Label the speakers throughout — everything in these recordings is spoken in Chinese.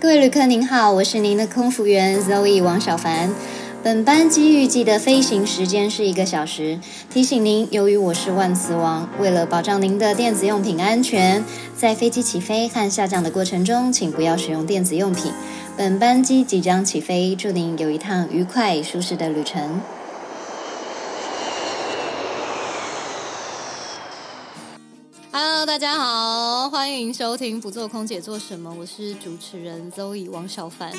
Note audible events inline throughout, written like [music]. Speaker 1: 各位旅客您好，我是您的空服员 Zoe 王小凡。本班机预计的飞行时间是一个小时。提醒您，由于我是万磁王，为了保障您的电子用品安全，在飞机起飞和下降的过程中，请不要使用电子用品。本班机即将起飞，祝您有一趟愉快舒适的旅程。Hello，大家好，欢迎收听《不做空姐做什么》，我是主持人 Zoe 王小凡。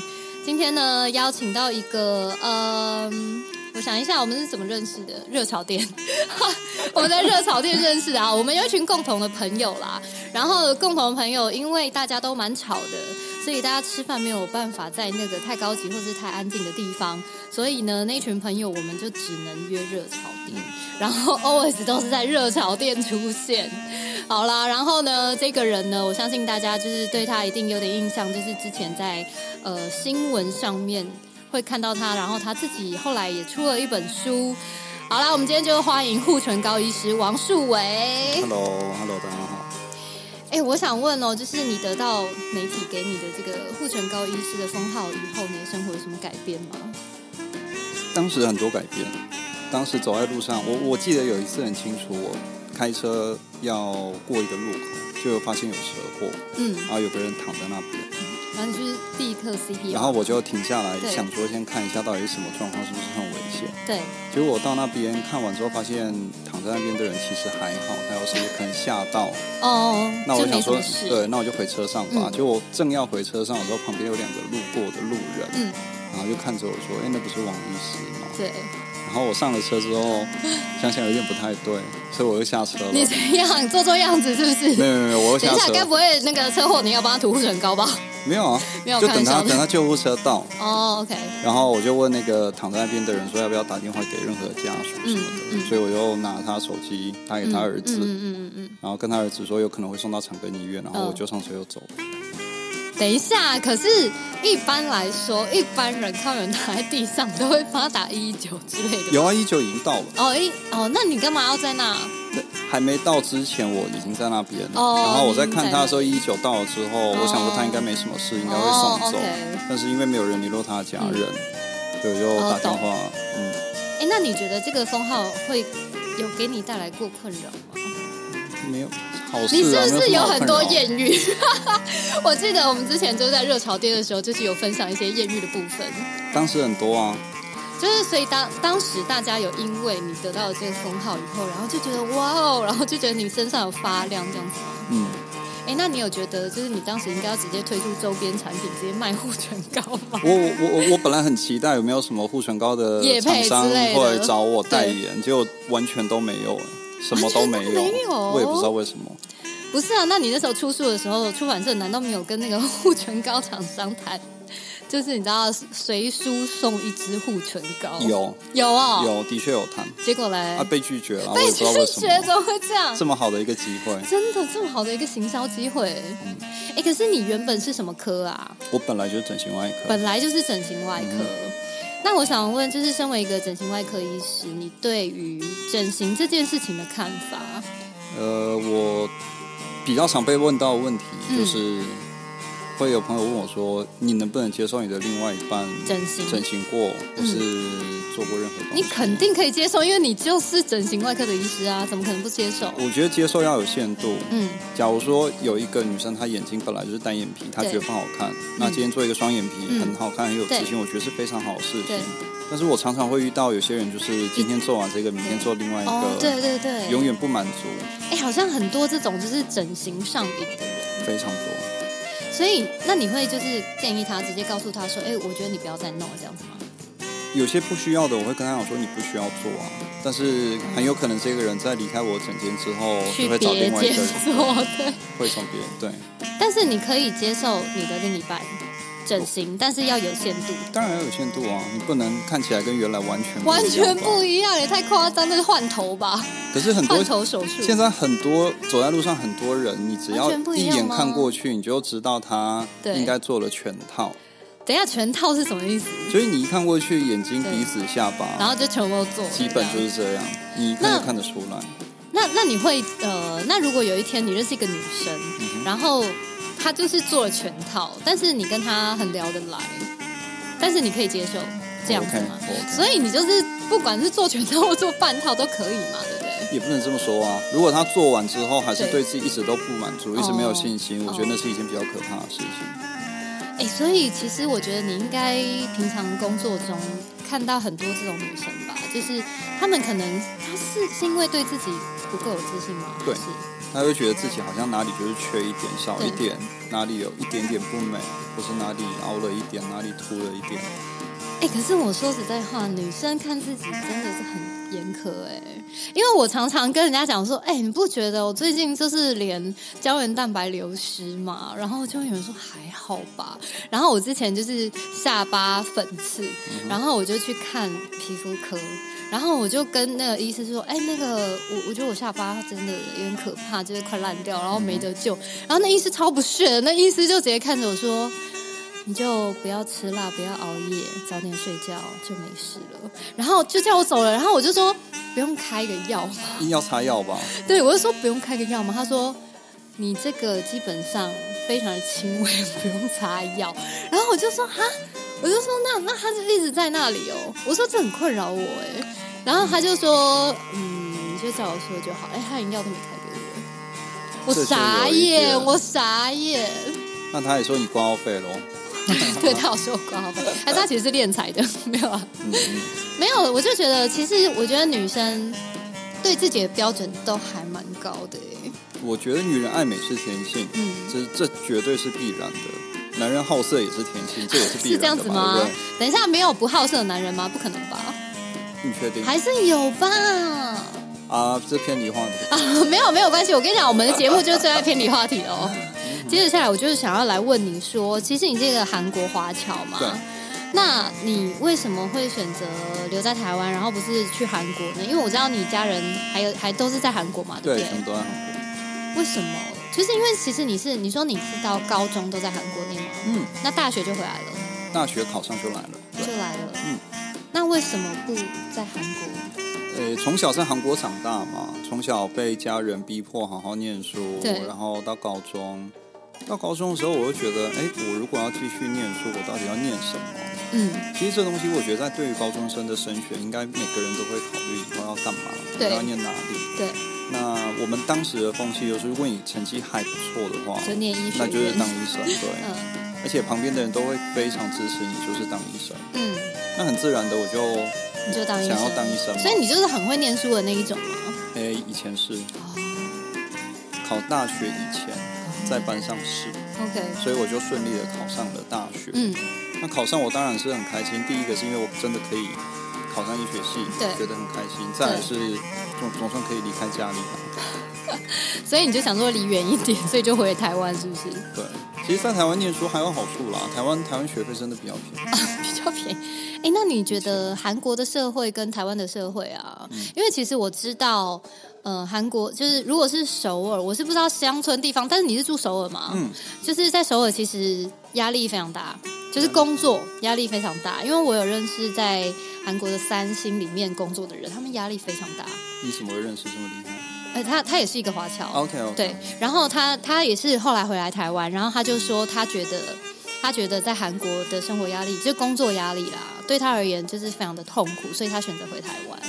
Speaker 1: 今天呢，邀请到一个，嗯，我想一下，我们是怎么认识的？热炒店， [laughs] 我们在热炒店认识的啊。我们有一群共同的朋友啦，然后共同的朋友，因为大家都蛮吵的，所以大家吃饭没有办法在那个太高级或是太安静的地方，所以呢，那群朋友我们就只能约热炒店， [laughs] 然后 always 都是在热炒店出现。好啦，然后呢，这个人呢，我相信大家就是对他一定有点印象，就是之前在呃新闻上面会看到他，然后他自己后来也出了一本书。好啦，我们今天就欢迎护唇膏医师王树伟。
Speaker 2: Hello，Hello，大家好。
Speaker 1: 哎，我想问哦，就是你得到媒体给你的这个护唇膏医师的封号以后，你的生活有什么改变吗？
Speaker 2: 当时很多改变，当时走在路上，我我记得有一次很清楚，我开车要过一个路口，就发现有车祸，
Speaker 1: 嗯，
Speaker 2: 然后有个人躺在那边，
Speaker 1: 反正就是立刻 CP，
Speaker 2: 然后我就停下来
Speaker 1: 对
Speaker 2: 想说先看一下到底是什么状况，是不是很危险。
Speaker 1: 对，
Speaker 2: 结果我到那边看完之后，发现躺在那边的人其实还好，他有时可能吓到，
Speaker 1: 哦，
Speaker 2: 那我
Speaker 1: 就
Speaker 2: 就
Speaker 1: 没什
Speaker 2: 想说
Speaker 1: 么事，，
Speaker 2: 对，那我就回车上
Speaker 1: 嗯
Speaker 2: 吧。结果我正要回车上的时候，旁边有两个路过的路人，
Speaker 1: 嗯，
Speaker 2: 然后就看着我说：“哎，那不是王医师吗？”
Speaker 1: 对，
Speaker 2: 然后我上了车
Speaker 1: [laughs]
Speaker 2: 之后，想想有点不太对，所以我又下车了。
Speaker 1: 你
Speaker 2: 没
Speaker 1: 这样做做样子是不是？
Speaker 2: 有没有没有，我又
Speaker 1: 等
Speaker 2: 下
Speaker 1: 一下，
Speaker 2: 车
Speaker 1: 该
Speaker 2: 了。
Speaker 1: 不会那个车祸你要帮他涂护唇膏吧？
Speaker 2: 没有啊，
Speaker 1: 没有
Speaker 2: 就
Speaker 1: 开
Speaker 2: 等
Speaker 1: 玩
Speaker 2: 他
Speaker 1: 笑的
Speaker 2: 等他救护车到，
Speaker 1: 哦，OK，
Speaker 2: 然后我就问那个躺在那边的人说要不要打电话给任何家属什么的，
Speaker 1: 嗯嗯
Speaker 2: 所以我就拿他手机打给
Speaker 1: 嗯
Speaker 2: 他儿子，
Speaker 1: 嗯嗯嗯嗯
Speaker 2: 然后跟他儿子说有可能会送到长庚医院，然后
Speaker 1: 嗯
Speaker 2: 我就上车又走了。
Speaker 1: 嗯。等一下，可是一般来说，一般人看人躺在地上都会帮他打一一九之类的。
Speaker 2: 有啊，一九已经到了，
Speaker 1: 哦，一哦，那你干嘛要在那？
Speaker 2: 那还没到之前我已经在那边了，
Speaker 1: 哦
Speaker 2: 然后我在
Speaker 1: 你已
Speaker 2: 看
Speaker 1: 经在
Speaker 2: 他的时候，一九到了之后，我想说他应该没什么事，应该会送
Speaker 1: 哦哦
Speaker 2: 走。
Speaker 1: ，OK
Speaker 2: 但是因为没有人联络他的家人，所以我就打电话，嗯，
Speaker 1: 哎，那你觉得这个封号会有给你带来过困扰吗？
Speaker 2: 没有好事、啊。
Speaker 1: 你是不是
Speaker 2: 没
Speaker 1: 有
Speaker 2: 有
Speaker 1: 很多
Speaker 2: 艳？
Speaker 1: 艳遇？ [laughs] 我记得我们之前就是在热潮店的时候，就是有分享一些艳遇的部分。
Speaker 2: 当时很多啊，
Speaker 1: 就是所以当当时大家有因为你得到了这个封号以后，然后就觉得哇哦，然后就觉得你身上有发亮这样子吗？
Speaker 2: 嗯，
Speaker 1: 哎，那你有觉得就是你当时应该要直接推出周边产品，直接卖护唇膏吗？
Speaker 2: 我我我我我本来很期待有没有什么护唇膏的
Speaker 1: 业配
Speaker 2: 厂商
Speaker 1: [laughs] 之类的
Speaker 2: 会找我代言，结果完全都没有、什么都没
Speaker 1: 完全都 [laughs] 没有
Speaker 2: 我也不知道为什么。
Speaker 1: 不是啊，那你那时候出书的时候，出版社难道没有跟那个护唇膏厂商谈？就是你知道随书送一支护唇膏，
Speaker 2: 有
Speaker 1: 有哦，
Speaker 2: 有的确有谈，
Speaker 1: 结果嘞
Speaker 2: 啊，，被拒绝了，我
Speaker 1: 被
Speaker 2: 也不知道为什
Speaker 1: 拒绝
Speaker 2: 么。
Speaker 1: 怎么会这样？
Speaker 2: 这么好的一个机会，
Speaker 1: 真的这么好的一个行销机会，
Speaker 2: 嗯
Speaker 1: 哎、可是你原本是什么科啊？
Speaker 2: 我本来就是整形外科，
Speaker 1: 本来就是整形外科。
Speaker 2: 嗯
Speaker 1: 那我想问，就是身为一个整形外科医师，你对于整形这件事情的看法？
Speaker 2: 呃，我比较常被问到的问题
Speaker 1: 嗯
Speaker 2: 就是，会有朋友问我说，你能不能接受你的另外一半
Speaker 1: 整形
Speaker 2: 整形过，或是做过任何东西？
Speaker 1: 你肯定可以接受，因为你就是整形外科的医师啊，怎么可能不接受？
Speaker 2: 我觉得接受要有限度。
Speaker 1: 嗯，
Speaker 2: 假如说有一个女生，她眼睛本来就是单眼皮，她
Speaker 1: 对
Speaker 2: 觉得不好看，那今天做一个双眼皮
Speaker 1: 嗯
Speaker 2: 很好看，很有自
Speaker 1: 对
Speaker 2: 信，我觉得是非常好的事情
Speaker 1: 对。
Speaker 2: 但是我常常会遇到有些人，就是今天做完这个，明天做另外一
Speaker 1: 哦，对
Speaker 2: 个，
Speaker 1: 对对，
Speaker 2: 永远不满足，
Speaker 1: 哎、好像很多这种就是整形上瘾的人，
Speaker 2: 非常多。
Speaker 1: 所以那你会就是建议他直接告诉他说，哎、我觉得你不要再弄了这样子吗？
Speaker 2: 有些不需要的，我会跟他讲说你不需要做啊。但是很有可能这个人在离开我诊间之后，
Speaker 1: 去
Speaker 2: 就会找
Speaker 1: 别
Speaker 2: 另外一
Speaker 1: 间 [laughs]
Speaker 2: 个人，
Speaker 1: 做，对。
Speaker 2: 会从别人对。
Speaker 1: 但是你可以接受你的另一半整形，但是要有限度。
Speaker 2: 当然要有限度啊，你不能看起来跟原来完全
Speaker 1: 完全
Speaker 2: 不
Speaker 1: 不
Speaker 2: 一样
Speaker 1: 一样，也太夸张，那是换头吧？
Speaker 2: 吧。可是很
Speaker 1: 换
Speaker 2: 多
Speaker 1: 头手术。
Speaker 2: 现在很多走在路上很多人，你只要
Speaker 1: 完全不一
Speaker 2: 一
Speaker 1: 样
Speaker 2: 眼
Speaker 1: 吗
Speaker 2: 看过去，你就知道他
Speaker 1: 对
Speaker 2: 应该做了全套。
Speaker 1: 等一下全套是什么意思？
Speaker 2: 所以你一看过去，眼睛、
Speaker 1: 对
Speaker 2: 鼻子、下
Speaker 1: 然
Speaker 2: 巴，
Speaker 1: 后就全部都做了，
Speaker 2: 基本就
Speaker 1: 这样。
Speaker 2: 是这样，你一看
Speaker 1: 那
Speaker 2: 就看得出来。
Speaker 1: 嗯那那你会呃，那如果有一天你认识一个女生，然后他就是做了全套，但是你跟他很聊得来，但是你可以接受这样子
Speaker 2: OK，
Speaker 1: 嘛
Speaker 2: OK
Speaker 1: 所以你就是不管是做全套或做半套都可以嘛，对不对？
Speaker 2: 也不能这么说啊。如果他做完之后还是
Speaker 1: 对哦
Speaker 2: 对自己一直都不满足，一直没有信心，我觉得那是一件比较可怕的事情。
Speaker 1: 哎、所以其实我觉得你应该平常工作中看到很多这种女生吧，就是她们可能她是是因为对自己不够有自信吗？
Speaker 2: 对
Speaker 1: 还是
Speaker 2: 他会觉得自己好像哪里就是缺一点、少一点，哪里有一点点不美，或是哪里凹了一点，哪里凸了一点。
Speaker 1: 哎、可是我说实在话，女生看自己真的是很严苛哎、因为我常常跟人家讲说，哎、你不觉得我最近就是连胶原蛋白流失嘛？然后就会有人说还好吧。然后我之前就是下巴粉刺，然后我就去看皮肤科，然后我就跟那个医师说，哎、那个我我觉得我下巴真的有点可怕，就是快烂掉，然后没得救。然后那医师超不屑的，那医师就直接看着我说。你就不要吃辣，不要熬夜，早点睡觉就没事了。然后就叫我走了，然后我就说不用开个药吗？
Speaker 2: 硬要擦药吧，
Speaker 1: 对我就说不用开个药吗？他说你这个基本上非常的轻微，不用擦药。然后我就说哈，我就说那那他就一直在那里哦。我说这很困扰我哎。然后他就说嗯，你就照我说就好。哎，他连药都没开给我，我
Speaker 2: 这就
Speaker 1: 傻
Speaker 2: 有一
Speaker 1: 眼，
Speaker 2: 点
Speaker 1: 我傻
Speaker 2: [laughs]
Speaker 1: 眼。
Speaker 2: 那他也说你挂号费喽。
Speaker 1: 对他有说过好吧，还是他其实是练财的， [laughs] 没有啊。
Speaker 2: 嗯，嗯
Speaker 1: 没有，我就觉得，其实我觉得女生对自己的标准都还蛮高的欸耶。
Speaker 2: 我觉得女人爱美是天性，
Speaker 1: 嗯
Speaker 2: 这这绝对是必然的。男人好色也是天性，这也是必
Speaker 1: 是这
Speaker 2: 然
Speaker 1: 样
Speaker 2: 的
Speaker 1: 子
Speaker 2: 嘛，
Speaker 1: 吗
Speaker 2: 对不对？？
Speaker 1: 等一下，没有不好色的男人吗？不可能吧？
Speaker 2: 你确定？
Speaker 1: 还是有吧？ [laughs]
Speaker 2: 啊，这偏离话题。
Speaker 1: 没有，没有关系。我跟你讲，我们的节目就是最爱偏离话题的哦。接着下来，我就是想要来问你说，其实你这个韩国华侨嘛
Speaker 2: 对，
Speaker 1: 那你为什么会选择留在台湾，然后不是去韩国呢？因为我知道你家人还有还都是在韩国嘛，对不
Speaker 2: 对，
Speaker 1: 对？
Speaker 2: 全部都在韩国。
Speaker 1: 为什么？就是因为其实你是你说你是到高中都在韩国念吗？
Speaker 2: 嗯，
Speaker 1: 那大学就回来了，
Speaker 2: 大学考上就来了。
Speaker 1: 就
Speaker 2: 对，
Speaker 1: 来了。
Speaker 2: 嗯，
Speaker 1: 那为什么不在韩国？
Speaker 2: 呃，从小在韩国长大嘛，从小被家人逼迫好好念书，
Speaker 1: 对
Speaker 2: 然后到高中，到高中的时候，我就觉得，哎，我如果要继续念书，我到底要念什么？
Speaker 1: 嗯，
Speaker 2: 其实这东西，我觉得在对于高中生的升学，应该每个人都会考虑以后要干嘛，以
Speaker 1: 对
Speaker 2: 后要念哪里。
Speaker 1: 对，
Speaker 2: 那我们当时的风气就是，如果你成绩还不错的话，
Speaker 1: 就念医学
Speaker 2: 那
Speaker 1: 院。
Speaker 2: 就是当医生，对。
Speaker 1: [laughs] 嗯
Speaker 2: 而且旁边的人都会非常支持你，就是当医生。
Speaker 1: 嗯，
Speaker 2: 那很自然的，我就
Speaker 1: 你就当医生。
Speaker 2: 想要当医生嘛
Speaker 1: 所以你就是很会念书的那一种吗？
Speaker 2: 诶，以前是
Speaker 1: 哦
Speaker 2: 考大学以前在班上是，
Speaker 1: ，OK，
Speaker 2: 所以我就顺利的考上了大学。
Speaker 1: 嗯，
Speaker 2: 那考上我当然是很开心。第一个是因为我真的可以考上医学系，
Speaker 1: 对
Speaker 2: 觉得很开心。再来是总总算可以离开家里吧。
Speaker 1: 所以你就想说离远一点，所以就回台湾，是不是？
Speaker 2: 对，其实，在台湾念书还有好处啦。台湾台湾学费真的比较便宜。
Speaker 1: 比较便宜。哎、那你觉得韩国的社会跟台湾的社会啊？
Speaker 2: 嗯
Speaker 1: 因为其实我知道，呃，韩国就是如果是首尔，我是不知道乡村地方，但是你是住首尔嘛？
Speaker 2: 嗯，
Speaker 1: 就是在首尔，其实压力非常大，就是工作压力非常大。因为我有认识在韩国的三星里面工作的人，他们压力非常大。
Speaker 2: 你怎么会认识这么厉害
Speaker 1: 哎、他他也是一个华侨。
Speaker 2: ？OK OK。
Speaker 1: 对，然后他他也是后来回来台湾，然后他就说他觉得他觉得在韩国的生活压力，就工作压力啦，对他而言就是非常的痛苦，所以他选择回台湾。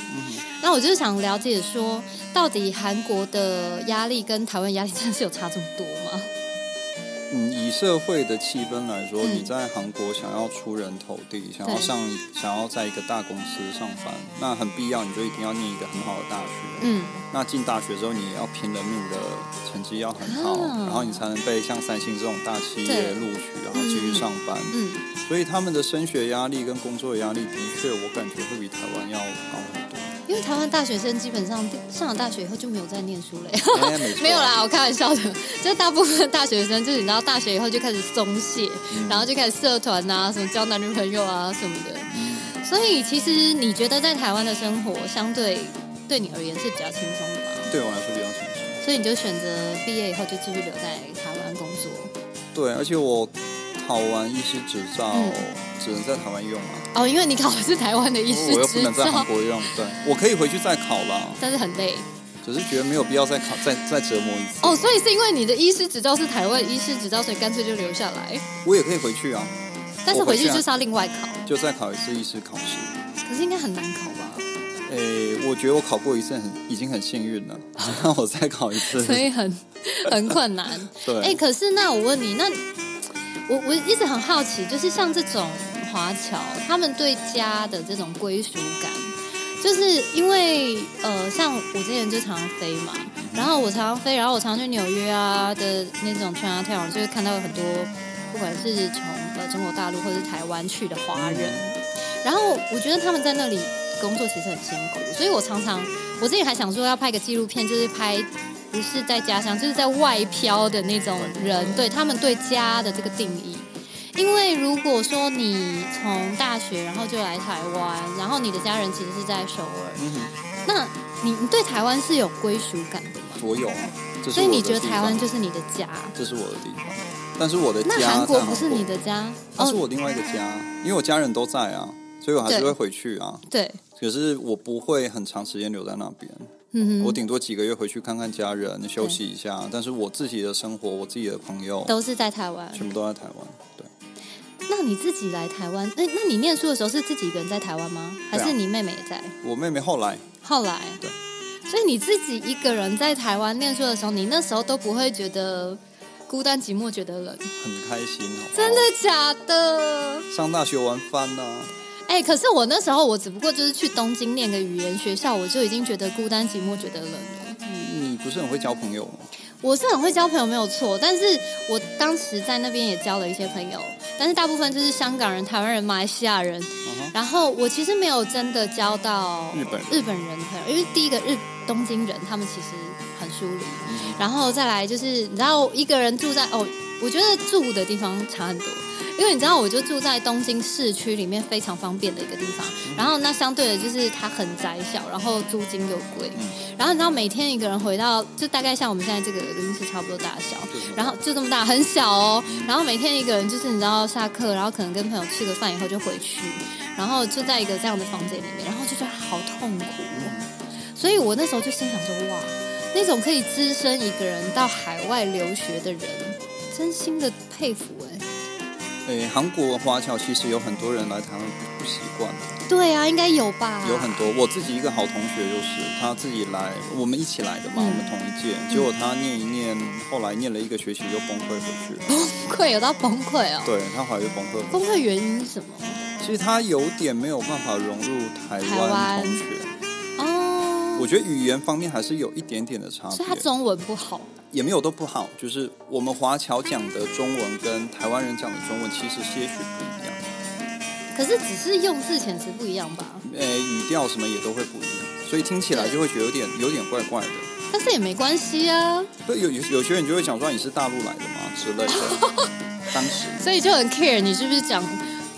Speaker 1: 那我就是想了解说，到底韩国的压力跟台湾压力真的是有差这么多吗？
Speaker 2: 嗯，以社会的气氛来说，
Speaker 1: 嗯
Speaker 2: 你在韩国想要出人头地，想要
Speaker 1: 对
Speaker 2: 上，想要在一个大公司上班，那很必要，你就一定要念一个很好的大学。
Speaker 1: 嗯，
Speaker 2: 那进大学之后，你也要拼了命的成绩要很好，
Speaker 1: 啊
Speaker 2: 然后你才能被像三星这种大企业
Speaker 1: 对
Speaker 2: 录取，然后继续上班。
Speaker 1: 嗯，
Speaker 2: 所以他们的升学压力跟工作压力，的确，我感觉会比台湾要高很
Speaker 1: [laughs]
Speaker 2: 多。
Speaker 1: 因为台湾大学生基本上上了大学以后就没有再念书嘞。
Speaker 2: 哎没
Speaker 1: [laughs]
Speaker 2: 错
Speaker 1: 没有啦，我开玩笑的。就是大部分的大学生，就是你知道，大学以后就开始松懈，
Speaker 2: 嗯
Speaker 1: 然后就开始社团啊，什么交男女朋友啊什么的。所以其实你觉得在台湾的生活相对对你而言是比较轻松的吗？
Speaker 2: 对我来说比较轻松。
Speaker 1: 所以你就选择毕业以后就继续留在台湾工作。
Speaker 2: 对，而且我考完医师执照，
Speaker 1: 嗯
Speaker 2: 只能在台湾用啊。哦
Speaker 1: 哦，因为你考的是台湾的医师
Speaker 2: 我又不
Speaker 1: 执
Speaker 2: 能在韩
Speaker 1: 照，
Speaker 2: 国用，对，我可以回去再考啦。
Speaker 1: 但是很累。
Speaker 2: 只是觉得没有必要再考再再折磨一次。
Speaker 1: 哦，所以是因为你的医师执照是台湾医师执照，所以干脆就留下来。
Speaker 2: 我也可以回去啊，
Speaker 1: 但是
Speaker 2: 我回
Speaker 1: 回
Speaker 2: 去
Speaker 1: 去
Speaker 2: 啊
Speaker 1: 就是要另外考，
Speaker 2: 就再考一次医师考试。
Speaker 1: 可是应该很难考吧？
Speaker 2: 诶、呃我觉得我考过一次很已经很幸运了， [laughs] 让我再考一次。
Speaker 1: 所以很 [laughs] 很困难。
Speaker 2: 对，
Speaker 1: 哎、可是那我问你，那我我一直很好奇，就是像这种华侨，他们对家的这种归属感，就是因为呃，像我之前就常常飞嘛，然后我常常飞，然后我常常去纽约啊的那种 China Town，就会看到有很多不管是从呃中国大陆或者是台湾去的华人，然后我觉得他们在那里工作其实很辛苦，所以我常常我自己还想说要拍个纪录片，就是拍不是在家乡，就是在外漂的那种人，对他们对家的这个定义。因为如果说你从大学然后就来台湾，然后你的家人其实是在首尔，
Speaker 2: 嗯哼，
Speaker 1: 那你你对台湾是有归属感的吗？
Speaker 2: 我有啊，这是
Speaker 1: 所以
Speaker 2: 我
Speaker 1: 你
Speaker 2: 的
Speaker 1: 觉得
Speaker 2: 地
Speaker 1: 台
Speaker 2: 方
Speaker 1: 湾就是你的家？
Speaker 2: 这是我的地方，但是我的家
Speaker 1: 那
Speaker 2: 在
Speaker 1: 韩
Speaker 2: 韩
Speaker 1: 国不是你，的家？
Speaker 2: 它是我另外一个家，因为我家人都在啊，所以我还是
Speaker 1: 对
Speaker 2: 会回去啊。
Speaker 1: 对，
Speaker 2: 可是我不会很长时间留在那边，
Speaker 1: 嗯
Speaker 2: 我
Speaker 1: 哼，
Speaker 2: 顶多几个月回去看看家人，休息一下。但是我自己的生活，我自己的朋友，
Speaker 1: 都是在台湾。
Speaker 2: 全部都在台湾。对，
Speaker 1: 那你自己来台湾？哎、那你念书的时候是自己一个人在台湾吗？还
Speaker 2: 对啊
Speaker 1: 是你妹妹也在？
Speaker 2: 我妹妹后来
Speaker 1: 后来，
Speaker 2: 对，
Speaker 1: 所以你自己一个人在台湾念书的时候，你那时候都不会觉得孤单寂寞，觉得冷，
Speaker 2: 很开心，好不好
Speaker 1: 真的假的？
Speaker 2: 上大学玩翻啊啦、
Speaker 1: 哎、可是我那时候我只不过就是去东京念个语言学校，我就已经觉得孤单寂寞，觉得冷了。
Speaker 2: 你不是很会交朋友吗？
Speaker 1: 我是很会交朋友没有错，但是我当时在那边也交了一些朋友，但是大部分就是香港人、台湾人、马来西亚人，
Speaker 2: 嗯哼
Speaker 1: 然后我其实没有真的交到
Speaker 2: 日本人
Speaker 1: 日本人的朋友，因为第一个日东京人他们其实很疏离，
Speaker 2: 嗯
Speaker 1: 然后再来就是你知道一个人住在哦，我觉得住的地方差很多。因为你知道，我就住在东京市区里面非常方便的一个地方，
Speaker 2: 嗯
Speaker 1: 然后那相对的就是它很窄小，然后租金又贵，
Speaker 2: 嗯
Speaker 1: 然后你知道每天一个人回到就大概像我们现在这个录音室差不多大小，
Speaker 2: 就是
Speaker 1: 然后就这么大，很小哦。然后每天一个人，就是你知道下课，然后可能跟朋友吃个饭以后就回去，然后就在一个这样的房间里面，然后就觉得好痛苦、哦。所以我那时候就心想说，哇，那种可以只身一个人到海外留学的人，真心的佩服哎、
Speaker 2: 诶，韩国华侨其实有很多人来台湾不习惯，
Speaker 1: 对啊，应该有吧？
Speaker 2: 有很多。我自己一个好同学就是他自己来，我们一起来的嘛，
Speaker 1: 嗯
Speaker 2: 我们同一届。结果他念一念，后来念了一个学期就崩溃回去了。
Speaker 1: 崩溃，有到崩溃哦。
Speaker 2: 对他后来就崩溃回去。
Speaker 1: 崩溃原因是什么？
Speaker 2: 其实他有点没有办法融入台
Speaker 1: 台
Speaker 2: 湾
Speaker 1: 湾
Speaker 2: 同学，
Speaker 1: 哦
Speaker 2: 我，觉得语言方面还是有一点点的差
Speaker 1: 所以他
Speaker 2: 别，
Speaker 1: 中文不好。
Speaker 2: 也没有都不好。就是我们华侨讲的中文跟台湾人讲的中文其实些许不一样。
Speaker 1: 可是只是用字遣词不一样吧，
Speaker 2: 呃，语调什么也都会不一样，所以听起来就会觉得有点有点怪怪的。
Speaker 1: 但是也没关系啊。
Speaker 2: 不，有有有些人就会讲说你是大陆来的吗之类的。
Speaker 1: [laughs]
Speaker 2: 当时
Speaker 1: 所以就很 care 你是不是讲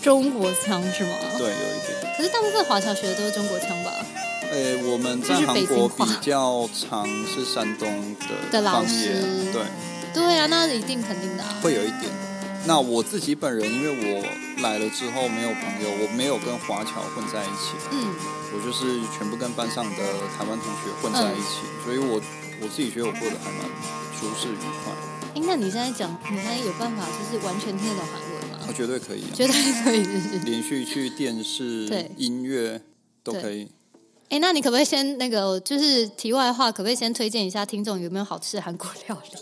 Speaker 1: 中国腔是吗？
Speaker 2: 对有一点，
Speaker 1: 可是大部分华侨学的都是中国腔吧？
Speaker 2: 呃，我们在
Speaker 1: 就是
Speaker 2: 韩
Speaker 1: 北京
Speaker 2: 国比
Speaker 1: 话
Speaker 2: 较常是山东的
Speaker 1: 的老
Speaker 2: 方言，
Speaker 1: 师
Speaker 2: 对，
Speaker 1: 对啊，那一定肯定的啊。
Speaker 2: 会有一点。那我自己本人，因为我来了之后没有朋友，我没有跟华侨混在一起，
Speaker 1: 嗯，
Speaker 2: 我就是全部跟班上的台湾同学混在一起，
Speaker 1: 嗯
Speaker 2: 所以我我自己觉得我过得还蛮舒适愉快，
Speaker 1: 哎，那你现在讲，你现在有办法就是完全听得懂韩文
Speaker 2: 我
Speaker 1: 吗？
Speaker 2: 绝对可以、啊。
Speaker 1: 觉得还可以，是不是？
Speaker 2: 连续去电视
Speaker 1: 对、
Speaker 2: 音乐都可以。
Speaker 1: 哎，那你可不可以先那个，就是题外话，可不可以先推荐一下听众有没有好吃的韩国料
Speaker 2: [laughs]
Speaker 1: 理？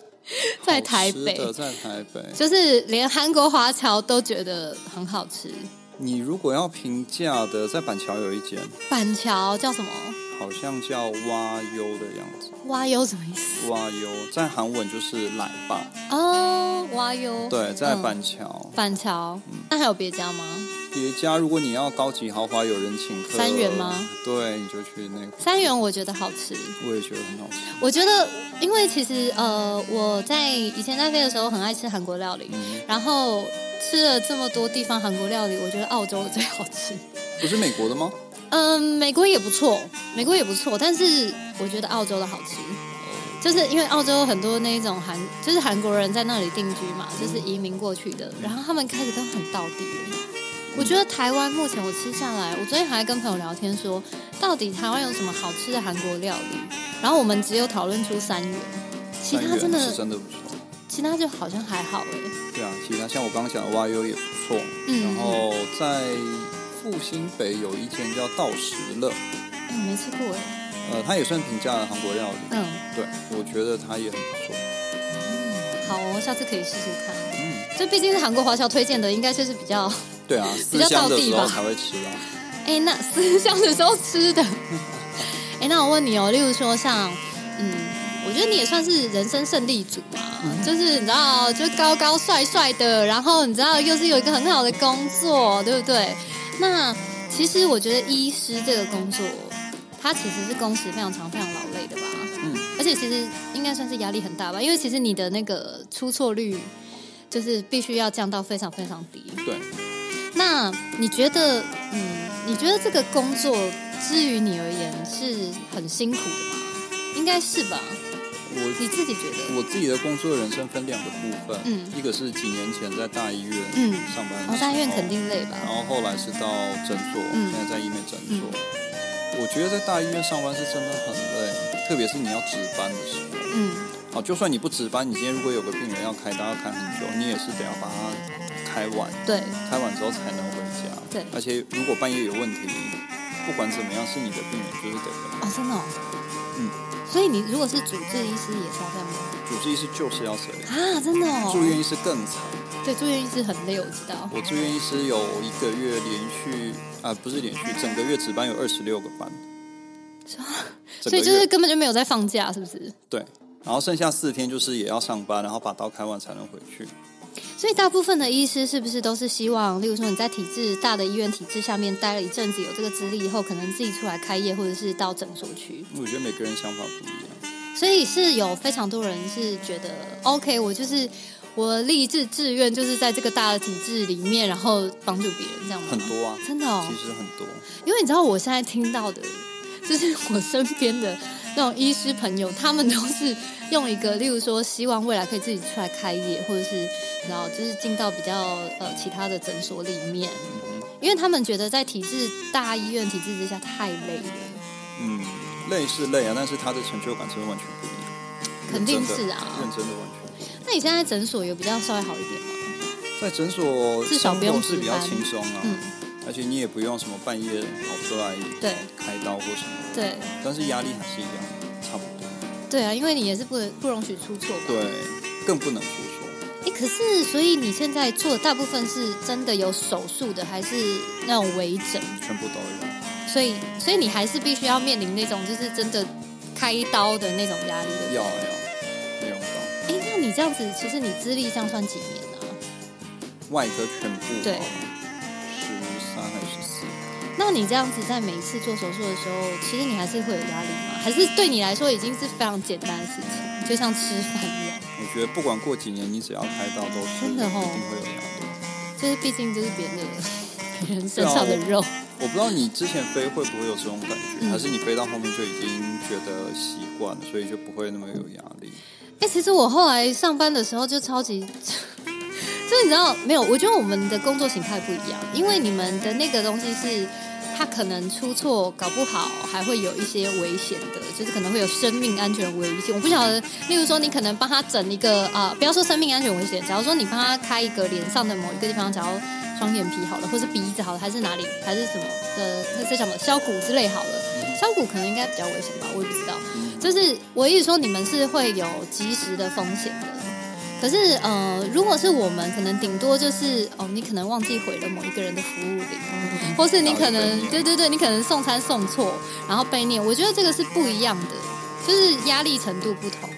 Speaker 1: 在台
Speaker 2: 好吃的
Speaker 1: 北，
Speaker 2: 在台北。
Speaker 1: 就是连韩国华侨都觉得很好吃。
Speaker 2: 你如果要评价的，在板桥有一间，
Speaker 1: 板桥叫什么？
Speaker 2: 好像叫蛙优的样子。
Speaker 1: 蛙优什么意思？
Speaker 2: 蛙优在韩文就是奶爸，
Speaker 1: 哦，蛙优。
Speaker 2: 对，在
Speaker 1: 嗯
Speaker 2: 板桥。
Speaker 1: 板桥，那还有别家吗？
Speaker 2: 别家，如果你要高级豪华，有人请客，
Speaker 1: 三元吗？
Speaker 2: 对，你就去那个，
Speaker 1: 三元我觉得好吃，
Speaker 2: 我也觉得很好吃。
Speaker 1: 我觉得因为其实呃我在以前在飞的时候很爱吃韩国料理，
Speaker 2: 嗯，
Speaker 1: 然后吃了这么多地方韩国料理，我觉得澳洲的最好吃。
Speaker 2: 不是美国的吗？
Speaker 1: 嗯，美国也不错，美国也不错，但是我觉得澳洲的好吃，就是因为澳洲有很多那一种韩，就是
Speaker 2: 嗯
Speaker 1: 韩国人在那里定居嘛，就是移民过去的，然后他们开始都很道地耶，我觉得台湾目前我吃下来，我昨天还跟朋友聊天说，到底台湾有什么好吃的韩国料理？然后我们只有讨论出三元，其
Speaker 2: 三
Speaker 1: 他
Speaker 2: 元
Speaker 1: 真
Speaker 2: 是
Speaker 1: 的，
Speaker 2: 真的不错。
Speaker 1: 其他就好像还好哎。
Speaker 2: 对啊，其他像我刚刚讲的 YU 也不错。
Speaker 1: 嗯
Speaker 2: 然后在复兴北有一间叫道石乐，
Speaker 1: 哎，我没吃过哎。
Speaker 2: 呃，它也算平价的韩国料理。
Speaker 1: 嗯，
Speaker 2: 对，我觉得它也很不错。
Speaker 1: 好哦，下次可以试试看。
Speaker 2: 嗯，
Speaker 1: 这毕竟是韩国华侨推荐的，应该就是比较
Speaker 2: 对啊，
Speaker 1: 比
Speaker 2: 思
Speaker 1: 较
Speaker 2: 乡
Speaker 1: 道
Speaker 2: 的
Speaker 1: 地
Speaker 2: 时候
Speaker 1: 吧
Speaker 2: 才会吃啊。
Speaker 1: 哎，那 [laughs] 思乡的时候吃的。哎，那我问你哦，例如说像，嗯，我觉得你也算是人生胜利组嘛，就是你知道，就高高帅帅的，然后你知道又是有一个很好的工作，对不对？那其实我觉得医师这个工作，它其实是工时非常长、非常劳累的吧，
Speaker 2: 嗯，
Speaker 1: 而且其实应该算是压力很大吧，因为其实你的那个出错率，就是必须要降到非常非常低。
Speaker 2: 对，
Speaker 1: 那你觉得，嗯，你觉得这个工作之于你而言是很辛苦的吗？应该是吧？
Speaker 2: 我
Speaker 1: 你自己觉得？
Speaker 2: 我自己的工作人生分两个部分，
Speaker 1: 嗯
Speaker 2: 一个是几年前在大医院
Speaker 1: 嗯
Speaker 2: 上班的时候，
Speaker 1: 哦，大医院肯定累
Speaker 2: 然
Speaker 1: 吧？
Speaker 2: 后后来是到诊所，
Speaker 1: 嗯
Speaker 2: 现在在医美诊所。我觉得在大医院上班是真的很累，特别是你要值班的时候。
Speaker 1: 嗯
Speaker 2: 好，哦就算你不值班，你今天如果有个病人要开刀要开很久，你也是得要把它开完，
Speaker 1: 对，
Speaker 2: 开完之后才能回家。
Speaker 1: 对
Speaker 2: 而且如果半夜有问题，不管怎么样是你的病人，就是得回来。
Speaker 1: 哦，真的、哦。
Speaker 2: 嗯。
Speaker 1: 所以你如果是主治医师，也是要这样吗？
Speaker 2: 主治医师就是要谁？
Speaker 1: 啊，真的哦。
Speaker 2: 住院医师更惨。
Speaker 1: 对住院医师很累，我知道。
Speaker 2: 我住院医师有一个月连续啊，不是连续，整个月值班有二十六个班，整
Speaker 1: 所以
Speaker 2: 个
Speaker 1: 就是
Speaker 2: 月
Speaker 1: 根本就没有在放假，是不是？
Speaker 2: 对，然后剩下四天就是也要上班，然后把刀开完才能回去。
Speaker 1: 所以大部分的医师是不是都是希望，例如说你在体制大的医院体制下面待了一阵子，有这个资历以后，可能自己出来开业，或者是到诊所去。
Speaker 2: 我觉得每个人想法不一样，
Speaker 1: 所以是有非常多人是觉得，OK，我就是我立志志愿就是在这个大的体制里面，然后帮助别人这样吗？
Speaker 2: 很多啊，
Speaker 1: 真的哦
Speaker 2: 其，实很多。
Speaker 1: 因为你知道我现在听到的，就是我身边的那种医师朋友，他们都是用一个，例如说希望未来可以自己出来开业，或者是然后就是进到比较呃其他的诊所里面，
Speaker 2: 嗯
Speaker 1: 因为他们觉得在体制大医院体制之下太累了。
Speaker 2: 嗯，累是累啊，但是他的成就感真的完全不一样。
Speaker 1: 肯定
Speaker 2: 认真的
Speaker 1: 是啊
Speaker 2: 认真的完全不一样。
Speaker 1: 那你现在诊所有比较稍微好一点
Speaker 2: 嗯
Speaker 1: 吗？
Speaker 2: 在诊所
Speaker 1: 至少不用
Speaker 2: 生活是比较
Speaker 1: 值班
Speaker 2: 轻松啊，
Speaker 1: 嗯，
Speaker 2: 而且你也不用什么半夜跑出来
Speaker 1: 对
Speaker 2: 开刀或什么，
Speaker 1: 对。
Speaker 2: 但是压力还是一样，差不多。
Speaker 1: 对啊，因为你也是不能不容许出错吧？
Speaker 2: 对，更不能出错。
Speaker 1: 哎，可是所以你现在做的大部分是真的有手术的，还是那种微整？
Speaker 2: 全部都有。
Speaker 1: 所以所以你还是必须要面临那种就是真的开刀的那种压力的。
Speaker 2: 要要，没有到
Speaker 1: 哎，那你这样子，其实你资历这样算几年啊？
Speaker 2: 外科全部
Speaker 1: 对
Speaker 2: 十三还是十四？
Speaker 1: 那你这样子在每一次做手术的时候，其实你还是会有压力吗？还是对你来说已经是非常简单的事情，就像吃饭一样？
Speaker 2: 我觉得不管过几年，你只要开刀都是
Speaker 1: 真的哦
Speaker 2: 一定会有压力。
Speaker 1: 就是毕竟就是别人的别人身上的
Speaker 2: 对啊
Speaker 1: 肉。
Speaker 2: 我不知道你之前飞会不会有这种感觉，
Speaker 1: 嗯
Speaker 2: 还是你飞到后面就已经觉得习惯了，所以就不会那么有压力。
Speaker 1: 哎、其实我后来上班的时候就超级， [laughs] 就你知道没有？我觉得我们的工作形态不一样，因为你们的那个东西是，它可能出错，搞不好还会有一些危险的，就是可能会有生命安全危险。我不晓得，例如说你可能帮他整一个啊、不要说生命安全危险，假如说你帮他开一个脸上的某一个地方，假如双眼皮好了，或是鼻子好了，还是哪里，还是什么呃的，那是什么削骨之类好了，削骨可能应该比较危险吧，我也不知道。就是我意思说，你们是会有及时的风险的。可是呃，如果是我们，可能顶多就是哦，你可能忘记回了某一个人的服务铃，或是你可
Speaker 2: 打了
Speaker 1: 能
Speaker 2: 一个
Speaker 1: 对对对，你可能送餐送错，然后被念。我觉得这个是不一样的，就是压力程度不同。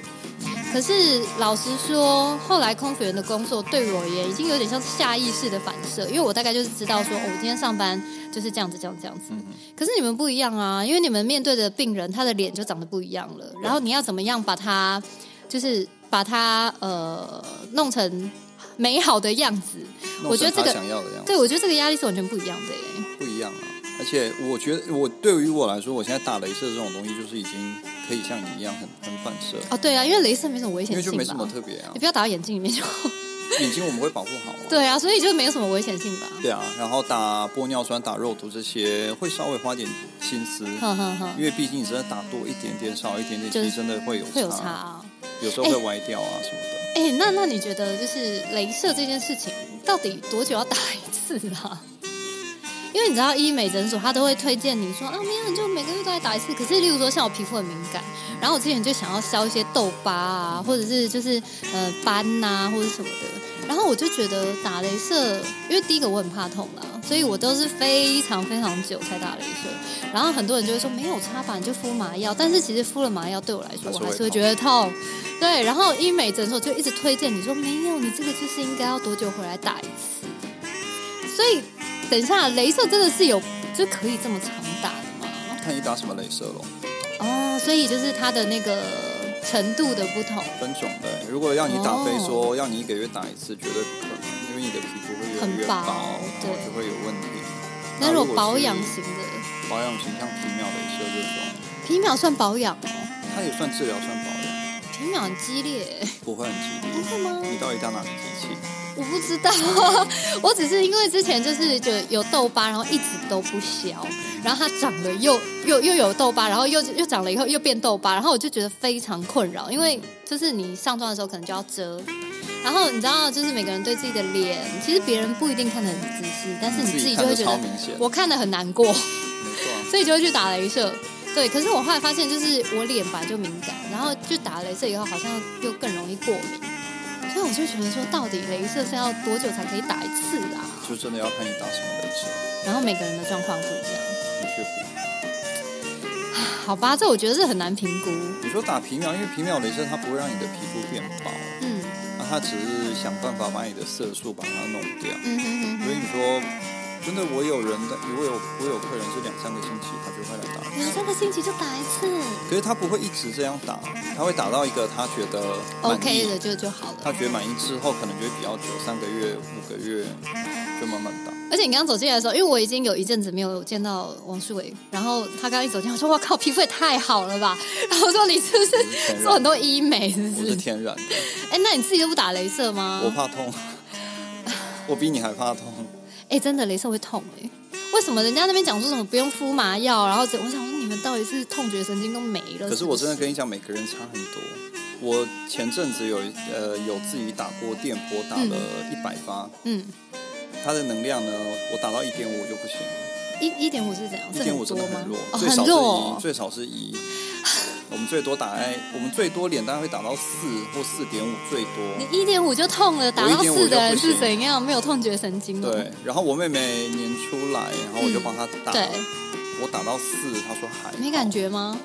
Speaker 1: 可是老实说，后来空服员的工作对我而言已经有点像是下意识的反射，因为我大概就是知道说，哦，我今天上班就是这样子，这样这样子。
Speaker 2: 嗯哼，
Speaker 1: 可是你们不一样啊，因为你们面对的病人，他的脸就长得不一样了。然后你要怎么样把他，就是把他呃弄成美好的样子？我觉得这
Speaker 2: 弄
Speaker 1: 个
Speaker 2: 成他想要的样子
Speaker 1: 对，我觉得这个压力是完全不一样的耶。
Speaker 2: 不一样啊。而且我觉得，我对于我来说，我现在打镭射这种东西，就是已经可以像你一样很很反射，
Speaker 1: 哦，对啊，因为镭射没什么危
Speaker 2: 因
Speaker 1: 险
Speaker 2: 为就
Speaker 1: 性
Speaker 2: 没
Speaker 1: 吧， [laughs]
Speaker 2: 什么特别啊
Speaker 1: 你。不要打到眼睛里面就好。
Speaker 2: 眼睛我们会保护好啊。
Speaker 1: 对啊，所以就没有什么危险性 [laughs] 吧？
Speaker 2: 对啊，然后打玻尿酸、打肉毒这些会稍微花点心思，
Speaker 1: 哼哼哼，
Speaker 2: 因为毕竟你真的打多一点点、少一点点，
Speaker 1: 嗯就
Speaker 2: 其
Speaker 1: 是
Speaker 2: 实真的会有
Speaker 1: 会有差、啊。
Speaker 2: 有时候会歪掉啊什么的。
Speaker 1: 哎、那那你觉得就是镭射这件事情，到底多久要打一次啊？因为你知道医美诊所他都会推荐你说啊，没有你就每个月都来打一次。可是例如说像我皮肤很敏感，然后我之前就想要消一些痘疤啊，或者是就是呃斑呐、或者什么的。然后我就觉得打镭射，因为第一个我很怕痛啦，所以我都是非常非常久才打镭射。然后很多人就会说没有擦吧，你就敷麻药。但是其实敷了麻药对我来说，我还是会觉得痛。对，然后医美诊所就一直推荐你说没有，你这个就是应该要多久回来打一次。所以等一下，镭射真的是有就可以这么长打的吗？
Speaker 2: 看你打什么镭射咯，
Speaker 1: 哦，所以就是它的那个程度的不同，
Speaker 2: 分种的。如果要你打飞
Speaker 1: 哦
Speaker 2: 说要你一个月打一次，绝对不可能，因为你的皮肤会越来越
Speaker 1: 很
Speaker 2: 薄，
Speaker 1: 薄
Speaker 2: 然后
Speaker 1: 对
Speaker 2: 就会有问题。
Speaker 1: 那如
Speaker 2: 啊那如果
Speaker 1: 果
Speaker 2: 是
Speaker 1: 保养型的，
Speaker 2: 保养型像皮秒镭射这种，
Speaker 1: 皮秒算保养哦，
Speaker 2: 它也算治疗，算保养，
Speaker 1: 皮秒很激烈，
Speaker 2: 不会很激
Speaker 1: 真的
Speaker 2: 烈。
Speaker 1: 吗？
Speaker 2: 你到底打哪个机器？
Speaker 1: 我不知道， [laughs] 我只是因为之前就是就有痘疤，然后一直都不消，然后它长了又又又有痘疤，然后又又长了以后又变痘疤，然后我就觉得非常困扰，因为就是你上妆的时候可能就要遮，然后你知道就是每个人对自己的脸，其实别人不一定看得很仔细，但是你
Speaker 2: 自
Speaker 1: 自
Speaker 2: 己
Speaker 1: 己
Speaker 2: 看
Speaker 1: 就
Speaker 2: 得
Speaker 1: 会觉
Speaker 2: 超
Speaker 1: 得
Speaker 2: 明显，
Speaker 1: 我看得很难过。
Speaker 2: 没错啊。
Speaker 1: 所以就会去打镭射。对，可是我后来发现，就是我脸本来就敏感，然后就打了镭射以后，好像又更容易过敏，所以我就觉得说，到底镭射是要多久才可以打一次啊？
Speaker 2: 就真的要看你打什么镭射，
Speaker 1: 然后每个人的状况不一样， [sighs]
Speaker 2: 的确不一样。
Speaker 1: 好吧，这我觉得是很难评估。
Speaker 2: 你说打皮秒，因为皮秒镭射它不会让你的皮肤变薄，
Speaker 1: 嗯
Speaker 2: 那它只是想办法把你的色素把它弄掉。
Speaker 1: 嗯嗯
Speaker 2: 所以你说，真的，我有人的，我有我有客人是两三个星期他就会来打
Speaker 1: 嗯，两
Speaker 2: 一次，
Speaker 1: 三个星期就打一次
Speaker 2: 可是他不会一直这样打，他会打到一个他觉得满
Speaker 1: ，OK
Speaker 2: 意，
Speaker 1: 的就就好
Speaker 2: 他
Speaker 1: 了。
Speaker 2: 觉得满意之后，可能就会比较久，三个月、五个月就慢慢打。
Speaker 1: 而且你刚走进来的时候，因为我已经有一阵子没有见到王世伟，然后他刚一走进来，我说：“我靠，皮肤也太好了吧！”然后我说：“你是不
Speaker 2: 我是天
Speaker 1: 是
Speaker 2: 然
Speaker 1: 做很多医美？”是
Speaker 2: 我
Speaker 1: 不
Speaker 2: 是
Speaker 1: 是？
Speaker 2: 天然的，
Speaker 1: 哎、那你自己都不打镭射吗？
Speaker 2: 我
Speaker 1: [laughs]
Speaker 2: 怕痛，我比你还怕痛。
Speaker 1: 哎、真的，镭射会痛哎、为什么人家那边讲说什么不用敷麻药，然后怎？我想说你们到底是痛觉神经都没了？
Speaker 2: 可是我真的
Speaker 1: 不
Speaker 2: 跟你讲，每个人差很多。我前阵子有呃有自己打过电波，打了一百发，
Speaker 1: 嗯，
Speaker 2: 它的能量呢，我打到一点五我就不行了。
Speaker 1: 一一点五是怎样？
Speaker 2: 一点五
Speaker 1: 是
Speaker 2: 真的
Speaker 1: 多吗
Speaker 2: 很弱，
Speaker 1: 哦，
Speaker 2: 最
Speaker 1: 很
Speaker 2: 少是
Speaker 1: 弱、
Speaker 2: 一、
Speaker 1: 哦。
Speaker 2: 最少是一。我们最多打在，我们最多脸大概会打到四或四点五最
Speaker 1: 你
Speaker 2: 多。
Speaker 1: 一点五就痛了，打到
Speaker 2: 我1.5
Speaker 1: 四的人
Speaker 2: 就不行
Speaker 1: 是怎样？没有痛觉神经、哦。
Speaker 2: 对，然后我妹妹年初来，然后我就帮她
Speaker 1: 嗯
Speaker 2: 打，
Speaker 1: 对，
Speaker 2: 我打到四，她说还好
Speaker 1: 没感，觉吗？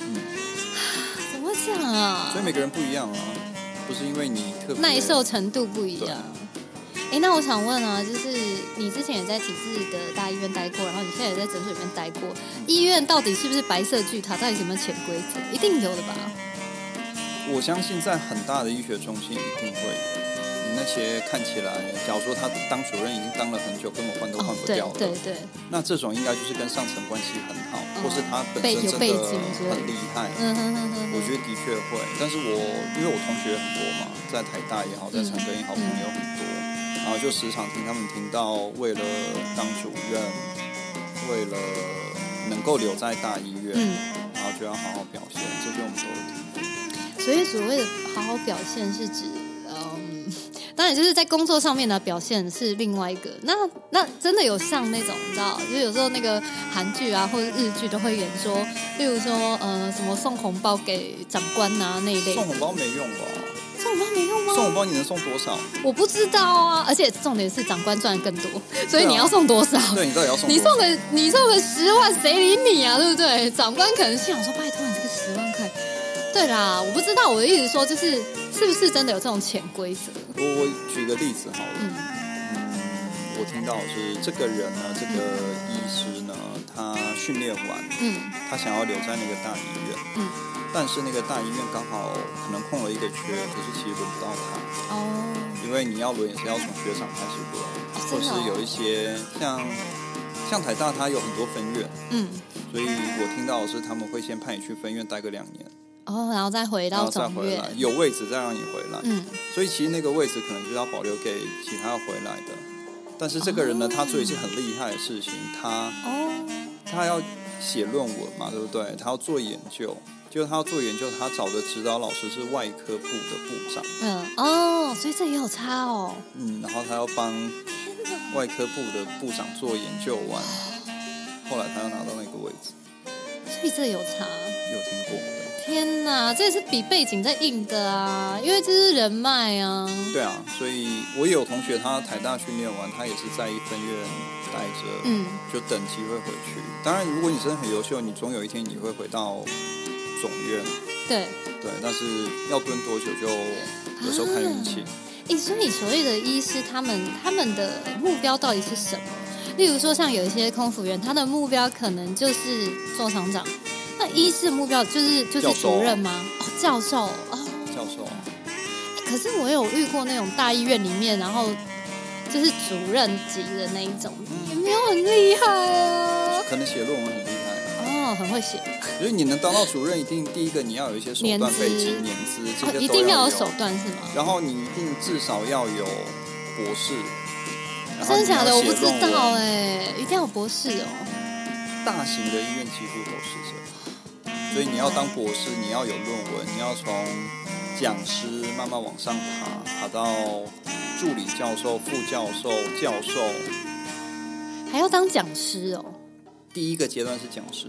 Speaker 2: 嗯
Speaker 1: [sighs] 怎么会这样啊？
Speaker 2: 所以每个人不一样啊，不是因为你特别
Speaker 1: 耐受程度不一
Speaker 2: 对
Speaker 1: 样。哎，那我想问啊，就是你之前也在体制的大医院待过，然后你现在也在诊所里面待过，医院到底是不是白色巨塔？到底有没有潜规则？一定有的吧？
Speaker 2: 我相信在很大的医学中心一定会有。你那些看起来，假如说他当主任已经当了很久，根本换都换
Speaker 1: 哦，
Speaker 2: 不
Speaker 1: 对
Speaker 2: 掉了，
Speaker 1: 对对，
Speaker 2: 那这种应该就是跟上层关系很好，或是他本
Speaker 1: 嗯背
Speaker 2: 身
Speaker 1: 有
Speaker 2: 真
Speaker 1: 背
Speaker 2: 的
Speaker 1: 景之类的
Speaker 2: 很厉害。
Speaker 1: 嗯哼哼哼
Speaker 2: 我
Speaker 1: 哼，
Speaker 2: 觉得的确会，但是我因为我同学很多嘛，在台大也好，在长庚也好，
Speaker 1: 嗯
Speaker 2: 朋友很多，然后就时常听他们听到为了当主任，为了能够留在大医院，
Speaker 1: 嗯，
Speaker 2: 然后就要好好表现，这些我们都有听过。
Speaker 1: 所以所谓的好好表现是指，嗯， [laughs] 当然就是在工作上面的表现是另外一个。那那真的有像那种，你知道，就是有时候那个韩剧啊或者日剧都会演说，例如说呃什么送红包给长官啊那一类的，
Speaker 2: 送红包没用吧？
Speaker 1: 送红包没用
Speaker 2: 送红
Speaker 1: 吗？
Speaker 2: 包你能送多少？
Speaker 1: 我不知道啊，而且重点是长官赚的更多，所以
Speaker 2: 对啊
Speaker 1: 你要送多少？
Speaker 2: 对你到底要送
Speaker 1: 你
Speaker 2: 多少
Speaker 1: 送？个你送个十万，谁理你啊？对不对？长官可能心想说：“拜托你这个十万块。”对啦，我不知道，我的意思说就是是不是真的有这种潜规则？
Speaker 2: 我我举个例子好了。
Speaker 1: 嗯
Speaker 2: 嗯，我听到是这个人呢，这个医师呢，他训练完，
Speaker 1: 嗯
Speaker 2: 他想要留在那个大医院，
Speaker 1: 嗯，
Speaker 2: 但是那个大医院刚好可能空了一个缺，可是其实轮不到他，
Speaker 1: 哦，
Speaker 2: 因为你要轮也是要从学长开始轮，或
Speaker 1: 真的哦
Speaker 2: 是有一些像像台大它有很多分院，
Speaker 1: 嗯
Speaker 2: 所以我听到的是他们会先派你去分院待个两年，
Speaker 1: 哦，然后再回
Speaker 2: 然
Speaker 1: 到
Speaker 2: 后再
Speaker 1: 总
Speaker 2: 回
Speaker 1: 院
Speaker 2: 来，，有位置再让你回来。
Speaker 1: 嗯，
Speaker 2: 所以其实那个位置可能就是要保留给其他要回来的。但是这个人呢，
Speaker 1: 哦
Speaker 2: 他做一件很厉害的事情，他
Speaker 1: 哦，
Speaker 2: 他要写论文嘛，对不对？他要做研究，就是他要做研究，他找的指导老师是外科部的部长，
Speaker 1: 嗯，哦，所以这也有差哦，
Speaker 2: 嗯，然后他要帮外科部的部长做研究完，后来他要拿到那个位置，
Speaker 1: 所以这有差。
Speaker 2: 有听过对？
Speaker 1: 天哪，这也是比背景在硬的啊，因为这是人脉啊。
Speaker 2: 对啊，所以我有同学他台大训练完，他也是在一分院待着，
Speaker 1: 嗯，
Speaker 2: 就等机会回去。当然，如果你真的很优秀，你总有一天你会回到总院，
Speaker 1: 对，
Speaker 2: 对。但是要蹲多久就有时候看运气。
Speaker 1: 诶，所以所谓的医师，他们他们的目标到底是什么？例如说，像有一些空服员，他的目标可能就是做厂长。那医师的目标就是就
Speaker 2: 教
Speaker 1: 是
Speaker 2: 授啊
Speaker 1: 主任吗？哦，教授哦。
Speaker 2: 教授，
Speaker 1: 可是我有遇过那种大医院里面，然后就是主任级的那一种，也没有很厉害啊。
Speaker 2: 可能写论文很厉害，
Speaker 1: 哦，很会写，
Speaker 2: 就是你能当到主任，一定第一个你要有一些手段
Speaker 1: 年资
Speaker 2: 背景、年资这
Speaker 1: 哦
Speaker 2: 些、都
Speaker 1: 一定
Speaker 2: 要
Speaker 1: 有手。段是吗？
Speaker 2: 然后你一定至少要有博士。然后
Speaker 1: 真的
Speaker 2: 你
Speaker 1: 假
Speaker 2: 要
Speaker 1: 的？我
Speaker 2: 写
Speaker 1: 不知
Speaker 2: 论文
Speaker 1: 道哎、一定要有博士哦。
Speaker 2: 大型的医院几乎都是这样，所以你要当博士，你要有论文，你要从讲师慢慢往上爬，爬到助理教授、副教授、教授。
Speaker 1: 还要当讲师哦。
Speaker 2: 第一个阶段是讲师，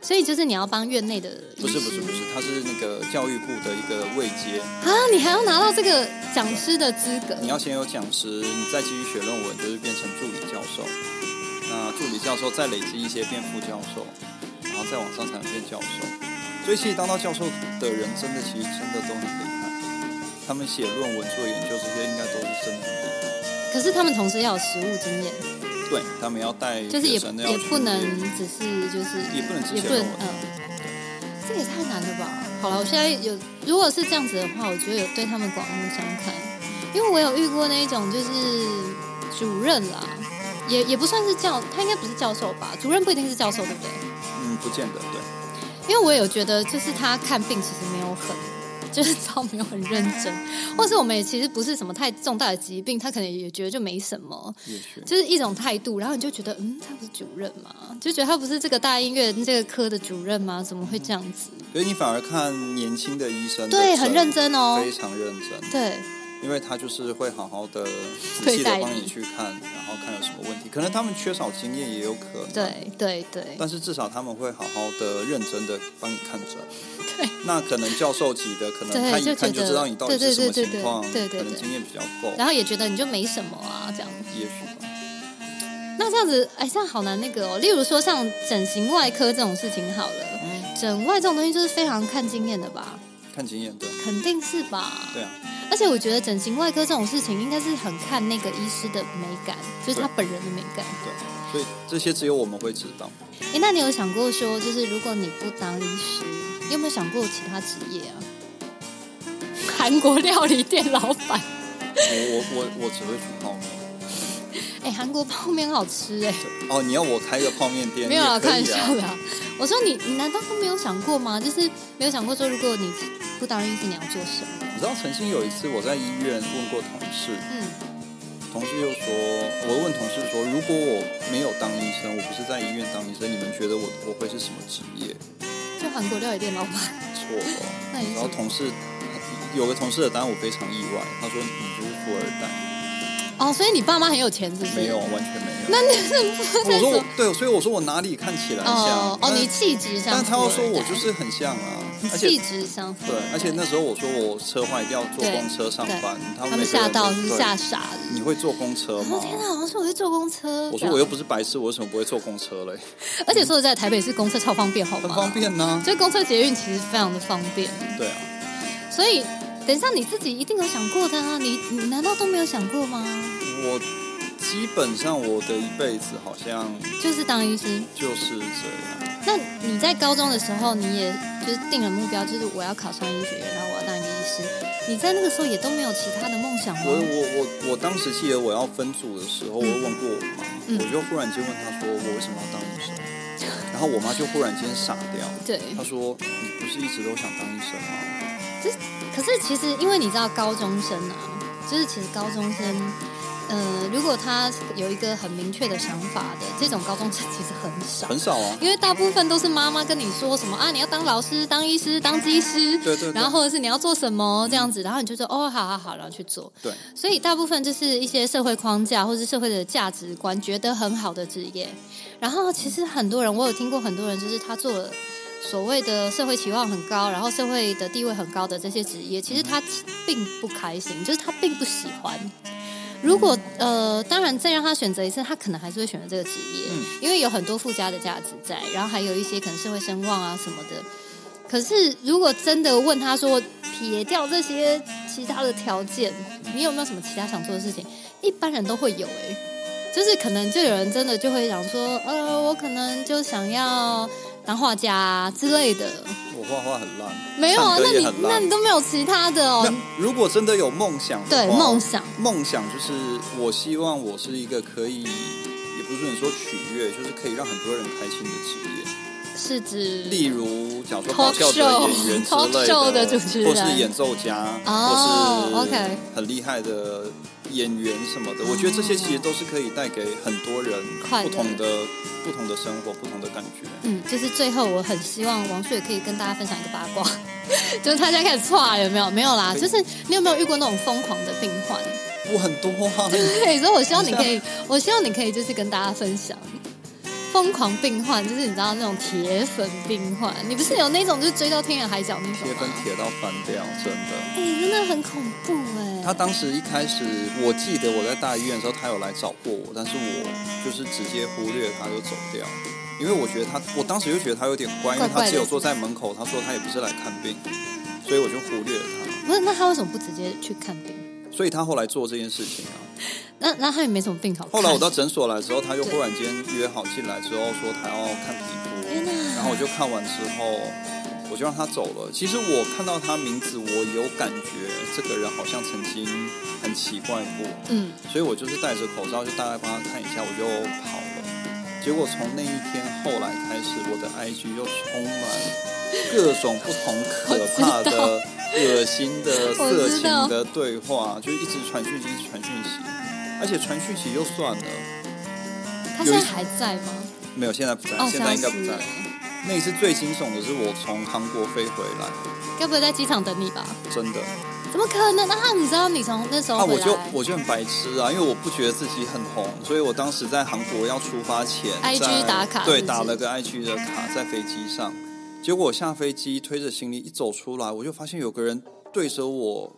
Speaker 1: 所以就是你要帮院内的医
Speaker 2: 不
Speaker 1: 师
Speaker 2: 是不是不是，他是那个教育部的一个位阶，
Speaker 1: 啊，你还要拿到这个讲师的资格，
Speaker 2: 你要先有讲师，你再继续学论文，就是变成助理教授。那助理教授再累积一些变副教授，然后再往上才能变教授。所以其实当到教授的人，真的其实真的都很厉害。他们写论文、做研究这些，应该都是真的很厉害。
Speaker 1: 可是他们同时要有实务经验，
Speaker 2: 对他们要带
Speaker 1: 就是也
Speaker 2: 学生要
Speaker 1: 也
Speaker 2: 去
Speaker 1: 不能只是就是
Speaker 2: 也不能只
Speaker 1: 也
Speaker 2: 写
Speaker 1: 不能
Speaker 2: 论
Speaker 1: 嗯
Speaker 2: 文，，
Speaker 1: 这也太难了吧？好了，我现在有如果是这样子的话，我觉得有对他们刮目相看，因为我有遇过那一种就是主任啦，也也不算是教，他应该不是教授吧？主任不一定是教授，对不对？
Speaker 2: 嗯，不见得对。
Speaker 1: 因为我有觉得，就是他看病其实没有很，就是 [laughs] 超没有很认真，或是我们也其实不是什么太重大的疾病，他可能也觉得就没什么，
Speaker 2: 也许
Speaker 1: 就是一种态度，然后你就觉得，嗯，他不是主任嘛，就觉得他不是这个大医院这个科的主任吗？怎么会这样子？
Speaker 2: 所以你反而看年轻的医生的
Speaker 1: 对，
Speaker 2: 诊
Speaker 1: 很认，真哦
Speaker 2: 非，常认真。
Speaker 1: 对，
Speaker 2: 因为他就是会好好的、仔
Speaker 1: 对
Speaker 2: 细
Speaker 1: 待
Speaker 2: 的
Speaker 1: 你
Speaker 2: 帮你去看，然后看有什么问题。可能他们缺少经验也有可能，，
Speaker 1: 对，对，对，
Speaker 2: 但是至少他们会好好的、认真的帮你看诊。对，那可能教授级的，可能
Speaker 1: 对
Speaker 2: 他一
Speaker 1: 就
Speaker 2: 看
Speaker 1: 觉
Speaker 2: 就
Speaker 1: 得
Speaker 2: 知道你到底
Speaker 1: 对
Speaker 2: 是什么
Speaker 1: 对对
Speaker 2: 情况，
Speaker 1: 对对对
Speaker 2: 可能经验比较够，
Speaker 1: 然后也觉得你就没什么啊，这样。
Speaker 2: 也许吧。
Speaker 1: 那这样子，哎，这样好难那个哦。例如说像整形外科这种事情好了，
Speaker 2: 嗯，
Speaker 1: 整外这种东西就是非常看经验的吧，
Speaker 2: 看经验对，
Speaker 1: 肯定是吧？
Speaker 2: 对啊，
Speaker 1: 而且我觉得整形外科这种事情，应该是很看那个医师的美感，就是他本人的美感。
Speaker 2: 对，所以这些只有我们会知道。
Speaker 1: 诶，那你有想过说，就是如果你不当医师，你有没有想过其他职业啊？韩国料理店老板，
Speaker 2: 我我我我只会煮泡面。
Speaker 1: 哎，韩国泡面好吃哎、
Speaker 2: 对哦，你要我开个泡面店，
Speaker 1: 没有啦，
Speaker 2: 也可
Speaker 1: 看一
Speaker 2: 以
Speaker 1: 下
Speaker 2: 啊。
Speaker 1: 啦。我说你，你难道都没有想过吗？就是没有想过说，如果你不当医师，你要做什么？
Speaker 2: 你知道曾经有一次我在医院问过同事，
Speaker 1: 嗯，
Speaker 2: 同事又说，我问同事说，如果我没有当医生，我不是在医院当医生，你们觉得我我会是什么职业？
Speaker 1: 就韩国料理店老板，
Speaker 2: 错了。
Speaker 1: [laughs] 那你是
Speaker 2: 然后同事有个同事的答案我非常意外，他说你就是富二代，
Speaker 1: 哦，所以你爸妈很有钱，是不是？
Speaker 2: 没
Speaker 1: [laughs]
Speaker 2: 有，完全没有。那你是我说我对，所以我说我哪里看起来像
Speaker 1: 哦？哦，
Speaker 2: 但
Speaker 1: 你气质像富
Speaker 2: 但
Speaker 1: 二代，
Speaker 2: 他又说我就是很像
Speaker 1: [laughs]
Speaker 2: 啊，而
Speaker 1: 气
Speaker 2: 且。
Speaker 1: 质相符。
Speaker 2: 对，而且那时候我说我车坏掉，坐
Speaker 1: 对
Speaker 2: 公车上班，他
Speaker 1: 他
Speaker 2: 每
Speaker 1: 们
Speaker 2: 个人
Speaker 1: 吓
Speaker 2: 都
Speaker 1: 到，是
Speaker 2: 对
Speaker 1: 吓傻了。
Speaker 2: 你会坐公车
Speaker 1: 我
Speaker 2: 吗？
Speaker 1: 天哪，好像是我会坐公车。
Speaker 2: 我说我又不是白痴，我为什么不会坐公车嘞？
Speaker 1: 这样，而且说实在，台北市公车超方便，好吗？
Speaker 2: 很方。便呢、
Speaker 1: 就公车捷运其实非常的方便，
Speaker 2: 对啊。
Speaker 1: 所以等一下你自己一定有想过的啊，你你难道都没有想过吗？
Speaker 2: 我基本上我的一辈子好像
Speaker 1: 就是当医师。
Speaker 2: 就是这样，
Speaker 1: 那你在高中的时候，你也就是定了目标，就是我要考上医学院，然后我要当一个医师。你在那个时候也都没有其他的梦想吗？
Speaker 2: 我我我我当时记得我要分组的时候，我问过我妈，
Speaker 1: 嗯
Speaker 2: 我就忽然间问她说，我为什么要当医生？然后我妈就忽然间傻掉，
Speaker 1: 对，
Speaker 2: 她说：“你不是一直都想当医生吗
Speaker 1: 可是其实因为你知道高中生啊，就是其实高中生，呃，如果他有一个很明确的想法的，这种高中生其实很？”少，
Speaker 2: 很少啊，
Speaker 1: 因为大部分都是妈妈跟你说什么啊，你要当老师、当医师、当技师，
Speaker 2: 对对对
Speaker 1: 然后或者是你要做什么这样子，然后你就说哦，好好好，然后去做。
Speaker 2: 对，
Speaker 1: 所以大部分就是一些社会框架或是社会的价值观，觉得很好的职业。然后其实很多人，我有听过很多人，就是他做了所谓的社会期望很高，然后社会的地位很高的这些职业，其实他并不开心，就是他并不喜欢。如果呃，当然再让他选择一次，他可能还是会选择这个职业，
Speaker 2: 嗯
Speaker 1: 因为有很多附加的价值在，然后还有一些可能社会声望啊什么的。可是如果真的问他说，撇掉这些其他的条件，你有没有什么其他想做的事情？一般人都会有诶、就是可能就有人真的就会想说，呃，我可能就想要当画家、之类的。
Speaker 2: 我画画很烂。
Speaker 1: 没有啊，
Speaker 2: 唱
Speaker 1: 那
Speaker 2: 歌也
Speaker 1: 你
Speaker 2: 很
Speaker 1: 那你
Speaker 2: 烂。
Speaker 1: 都没有其他的哦。
Speaker 2: 那哦如果真的有梦想的
Speaker 1: 对，
Speaker 2: 话
Speaker 1: 梦想，
Speaker 2: 梦想就是我希望我是一个可以，也不是能说取悦，就是可以让很多人开心的职业。
Speaker 1: 是指
Speaker 2: 例如，假如说
Speaker 1: Talk
Speaker 2: 搞笑
Speaker 1: show，
Speaker 2: 的演员
Speaker 1: [laughs]
Speaker 2: 之
Speaker 1: talk show
Speaker 2: 类
Speaker 1: 的主持人
Speaker 2: 或是演奏家，
Speaker 1: 哦
Speaker 2: 或是
Speaker 1: OK 哦
Speaker 2: 很厉害的演员什么的，我觉得这些其实都是可以带给很多人
Speaker 1: 快乐
Speaker 2: 不同的、不同的生活、不同的感觉。
Speaker 1: 嗯，就是最后我很希望王雪可以跟大家分享一个八卦， [laughs] 就是他现在开始岔有没有？没有啦，
Speaker 2: 可以
Speaker 1: 就是你有没有遇过那种疯狂的病患？
Speaker 2: 我很多啊， [laughs]
Speaker 1: 对，所以我希望你可以，我希望你可以就是跟大家分享疯狂病患，就是你知道那种铁粉病患，你不是有那种就是追到天涯海角那种
Speaker 2: 铁粉
Speaker 1: 吗？
Speaker 2: 铁到翻掉，真的。
Speaker 1: 哎、真的很恐怖哎、
Speaker 2: 他当时一开始，我记得我在大医院的时候，他有来找过我，但是我就是直接忽略他，就走掉。因为我觉得他，我当时就觉得他有点乖，因
Speaker 1: 怪
Speaker 2: 为
Speaker 1: 怪
Speaker 2: 他
Speaker 1: 的
Speaker 2: 只有坐在门口，他说他也不是来看病，所以我就忽略了他。
Speaker 1: 不是，那他为什么不直接去看病？
Speaker 2: 所以他后来做这件事情啊。
Speaker 1: 那那他也没什么病好看。
Speaker 2: 后来我到诊所来的时候，他就
Speaker 1: 对
Speaker 2: 忽然间约好进来之后说他要看皮肤，
Speaker 1: 天哪，
Speaker 2: 然后我就看完之后，我就让他走了。其实我看到他名字，我有感觉这个人好像曾经很奇怪过，
Speaker 1: 嗯，
Speaker 2: 所以我就是戴着口罩就大概帮他看一下，我就跑了。结果从那一天后来开始，我的 IG 就充满各种不同可怕
Speaker 1: 我
Speaker 2: 的、恶心的、
Speaker 1: 我
Speaker 2: 色
Speaker 1: 知
Speaker 2: 情
Speaker 1: 道
Speaker 2: 的对话，就一直传讯息，一直传讯息，而且传讯息就算了，
Speaker 1: 他现在还在吗？
Speaker 2: 没有现在不在，
Speaker 1: 哦，
Speaker 2: 现在应该
Speaker 1: 消
Speaker 2: 不
Speaker 1: 失
Speaker 2: 在
Speaker 1: 了。
Speaker 2: 那一次最惊悚的是我从韩国飞回来，
Speaker 1: 该不会在机场等你吧？
Speaker 2: 真的
Speaker 1: 怎么可能？那他怎么知道你从那时
Speaker 2: 啊，
Speaker 1: 候回
Speaker 2: 我
Speaker 1: 来？
Speaker 2: 就我就很白痴啊，因为我不觉得自己很红，所以我当时在韩国要出发前
Speaker 1: IG
Speaker 2: 在
Speaker 1: 打卡
Speaker 2: 对，
Speaker 1: 是不是
Speaker 2: 打了个 IG 的卡在飞机上，结果我下飞机推着行李一走出来，我就发现有个人对着我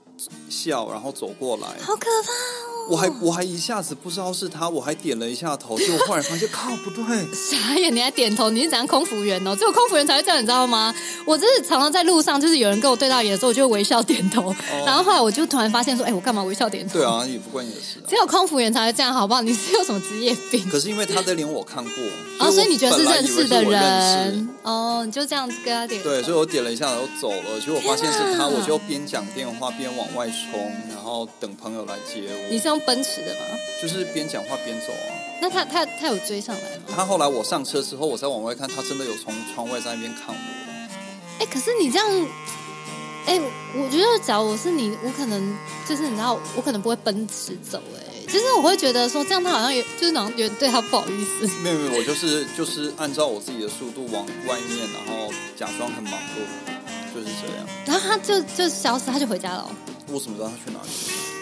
Speaker 2: 笑，然后走过来，
Speaker 1: 好可怕哦！
Speaker 2: 我还我还一下子不知道是他，我还点了一下头，结果忽然发现 [laughs] 靠不对，
Speaker 1: 傻眼，你还点头，你是怎样空服员哦？只有空服员才会这样，你知道吗？我真是常常在路上，就是有人跟我对到眼的时候，我就会微笑点头，然后后来我就突然发现说，哎、我干嘛微笑点头？
Speaker 2: 哦对啊，也不关你的事啊
Speaker 1: 只。有空服员才会这样，好不好？你是有什么职业病？
Speaker 2: 可是因为他的脸我看过，
Speaker 1: 哦，所以
Speaker 2: 我
Speaker 1: 你觉得是
Speaker 2: 本来
Speaker 1: 认
Speaker 2: 以为
Speaker 1: 识
Speaker 2: 是
Speaker 1: 的
Speaker 2: 我认识
Speaker 1: 人哦，你就这样子跟他点头。
Speaker 2: 对，所以我点了一下，然后走了。结果发现是
Speaker 1: 天哪
Speaker 2: 他，我就边讲电话边往外冲，然后等朋友来接
Speaker 1: 你
Speaker 2: 我，
Speaker 1: 是用奔驰的吗？
Speaker 2: 就是边讲话边走啊。
Speaker 1: 那他他他有追上来吗？
Speaker 2: 他后来我上车之后，我再往外看，他真的有从窗外在那边看我。
Speaker 1: 哎、可是你这样，哎、我觉得假如我是你，我可能就是你知道，我可能不会奔驰走、哎，就是我会觉得说这样他好像也就是好像有点对他不好意思。
Speaker 2: 没有没有，我就是就是按照我自己的速度往外面，然后假装很忙碌，就是这样。
Speaker 1: 然后他就就消失，他就回家了哦、
Speaker 2: 我怎么知道他去哪里？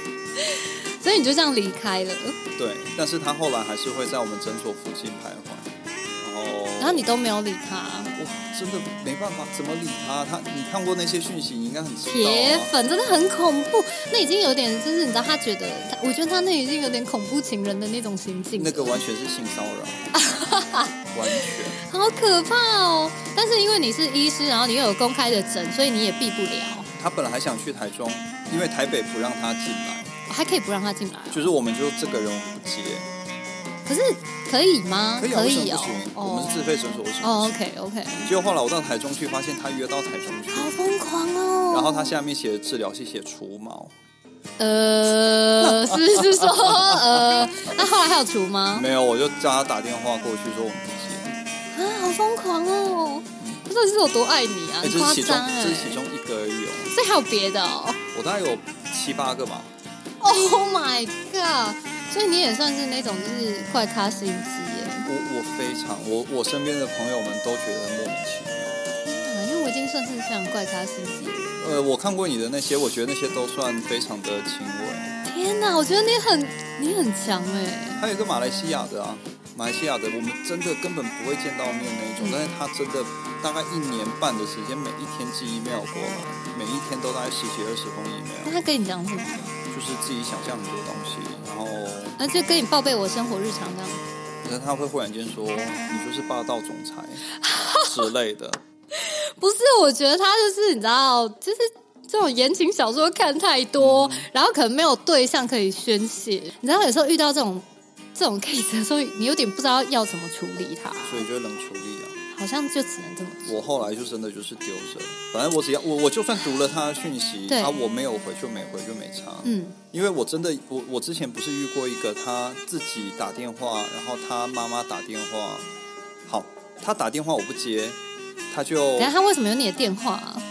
Speaker 1: 所以你就这样离开了，
Speaker 2: 对，但是他后来还是会在我们诊所附近徘徊。然后，
Speaker 1: 然后你都没有理他。
Speaker 2: 我真的没办法，怎么理他？他你看过那些讯息，你应该很知道、啊。
Speaker 1: 铁粉真的很恐怖，那已经有点就是你知道，他觉得他，我觉得他那已经有点恐怖情人的那种行径了，
Speaker 2: 那个完全是性骚扰，
Speaker 1: [laughs]
Speaker 2: 完全
Speaker 1: 好可怕哦。但是因为你是医师，然后你又有公开的诊，所以你也避不了，
Speaker 2: 他本来还想去台中，因为台北不让他进来，
Speaker 1: 还可以不让他进来哦、
Speaker 2: 就是我们就这个人我们不接，
Speaker 1: 可是可以吗？
Speaker 2: 可以啊，为什么
Speaker 1: 哦
Speaker 2: 不行？。我们是
Speaker 1: 哦
Speaker 2: 自费诊所，为什
Speaker 1: 哦
Speaker 2: 么不行？
Speaker 1: ，OK OK，
Speaker 2: 结果后来我到台中去，发现他约到台中去，
Speaker 1: 好疯狂哦。
Speaker 2: 然后他下面写的治疗是写除毛，
Speaker 1: 呃，是是
Speaker 2: [laughs]
Speaker 1: 说呃，那后来还有除吗？
Speaker 2: 没有，我就叫他打电话过去说我们不接，
Speaker 1: 啊，啊，好疯狂哦！他到底是有多爱你啊？
Speaker 2: 哎、
Speaker 1: 很
Speaker 2: 这
Speaker 1: 夸
Speaker 2: 是其中，
Speaker 1: 张哎、
Speaker 2: 这是其中一个而已哦。
Speaker 1: 所以还有别的哦。
Speaker 2: 我大概有七八个吧，
Speaker 1: Oh my god！所以你也算是那种就是快咖心机耶、
Speaker 2: 我我非常，我我身边的朋友们都觉得莫名其妙。
Speaker 1: 啊，因为我已经算是非常怪咖心机的人。
Speaker 2: 呃，我看过你的那些，我觉得那些都算非常的轻微。
Speaker 1: 天哪，我觉得你很你很强哎、
Speaker 2: 还有一个马来西亚的啊，马来西亚的，我们真的根本不会见到面那一种，
Speaker 1: 嗯
Speaker 2: 但是他真的大概一年半的时间，每一天寄 email 过来，每一天都大概十几二十封
Speaker 1: 那
Speaker 2: email，
Speaker 1: 他跟你讲什么？
Speaker 2: 就是自己想象很多东西，然后
Speaker 1: 啊，就跟你报备我生活日常这样。
Speaker 2: 可能他会忽然间说你就是霸道总裁之类的，
Speaker 1: 不是，我觉得他就是你知道，就是这种言情小说看太多，然后可能没有对象可以宣泄。你知道，有时候遇到这种这种 case 的时候，你有点不知道要怎么处理它，
Speaker 2: 所以就冷处理啊。
Speaker 1: 好像就只能这么做。
Speaker 2: 我后来就真的就是丢着，反正我只要我我就算读了他的讯息，
Speaker 1: 对
Speaker 2: 啊，我没有回就没回就啊没差，
Speaker 1: 嗯，
Speaker 2: 因为我真的我我之前不是遇过一个他自己打电话，然后他妈妈打电话，好，他打电话我不接，他就
Speaker 1: 等一下他为什么有你的电话、啊？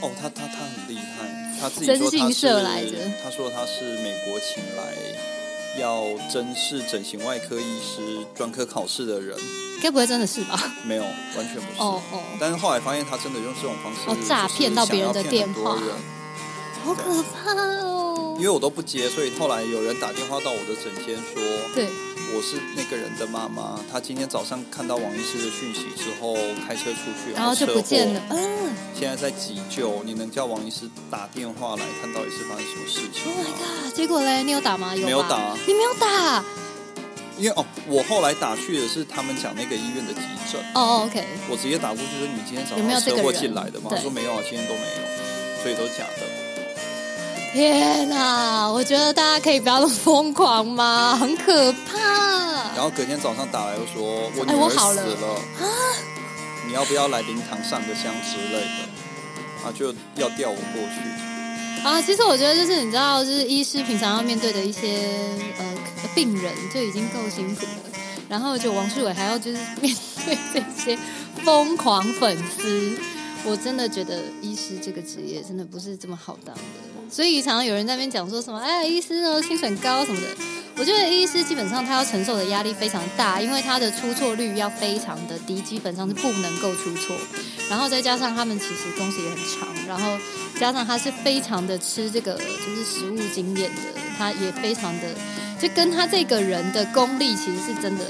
Speaker 2: 哦，他他他很厉害，他自己
Speaker 1: 征
Speaker 2: 说他
Speaker 1: 信
Speaker 2: 是
Speaker 1: 社来着
Speaker 2: 他说他是美国请来要真是整形外科医师专科考试的人，
Speaker 1: 该不会真的是吧？
Speaker 2: 没有，完全不是。
Speaker 1: 哦哦，
Speaker 2: 但是后来发现他真的用这种方式
Speaker 1: 哦诈骗到别人的电话
Speaker 2: 就是想要骗很多
Speaker 1: 好可
Speaker 2: 人
Speaker 1: 怕哦
Speaker 2: 因！为我都不接，所以后来有人打电话到我的诊间说
Speaker 1: 对，
Speaker 2: 我是那个人的妈妈，她今天早上看到王医师的讯息之后开车出去，
Speaker 1: 然后就
Speaker 2: 车
Speaker 1: 不
Speaker 2: 祸
Speaker 1: 见了，。嗯
Speaker 2: 现在在急救，你能叫王医师打电话来看到底是发生什么事情
Speaker 1: ，Oh
Speaker 2: 吗
Speaker 1: my god！结果嘞，你有打吗？有吧
Speaker 2: 没有打啊
Speaker 1: 你没有打哦
Speaker 2: 因为哦，我后来打去的是他们讲那个医院的急诊，
Speaker 1: 哦，OK、o k
Speaker 2: 我直接打过去说你今天早
Speaker 1: 有没有
Speaker 2: 上
Speaker 1: 这个
Speaker 2: 车祸
Speaker 1: 人
Speaker 2: 进来的吗？他
Speaker 1: 对
Speaker 2: 说没有啊，今天都没有，所以都假的。
Speaker 1: 天哪！我觉得大家可以不要那么疯狂吗？ [laughs] 很可怕。
Speaker 2: 然后隔天早上打来又说我女
Speaker 1: 哎我
Speaker 2: 儿
Speaker 1: 好
Speaker 2: 死
Speaker 1: 了
Speaker 2: 你要不要来灵堂上个香之类的？啊，就要调我过去。
Speaker 1: 啊，其实我觉得就是你知道，就是医师平常要面对的一些呃病人就已经够辛苦了，然后就王世伟还要就是面对这些疯狂粉丝，我真的觉得医师这个职业真的不是这么好当的。所以常常有人在那边讲说什么，哎，医师呢薪水很高什么的。我觉得医师基本上他要承受的压力非常大，因为他的出错率要非常的低，基本上是不能够出错。然后再加上他们其实工时也很长，然后加上他是非常的吃这个就是食物经验的，他也非常的，就跟他这个人的功力其实是真的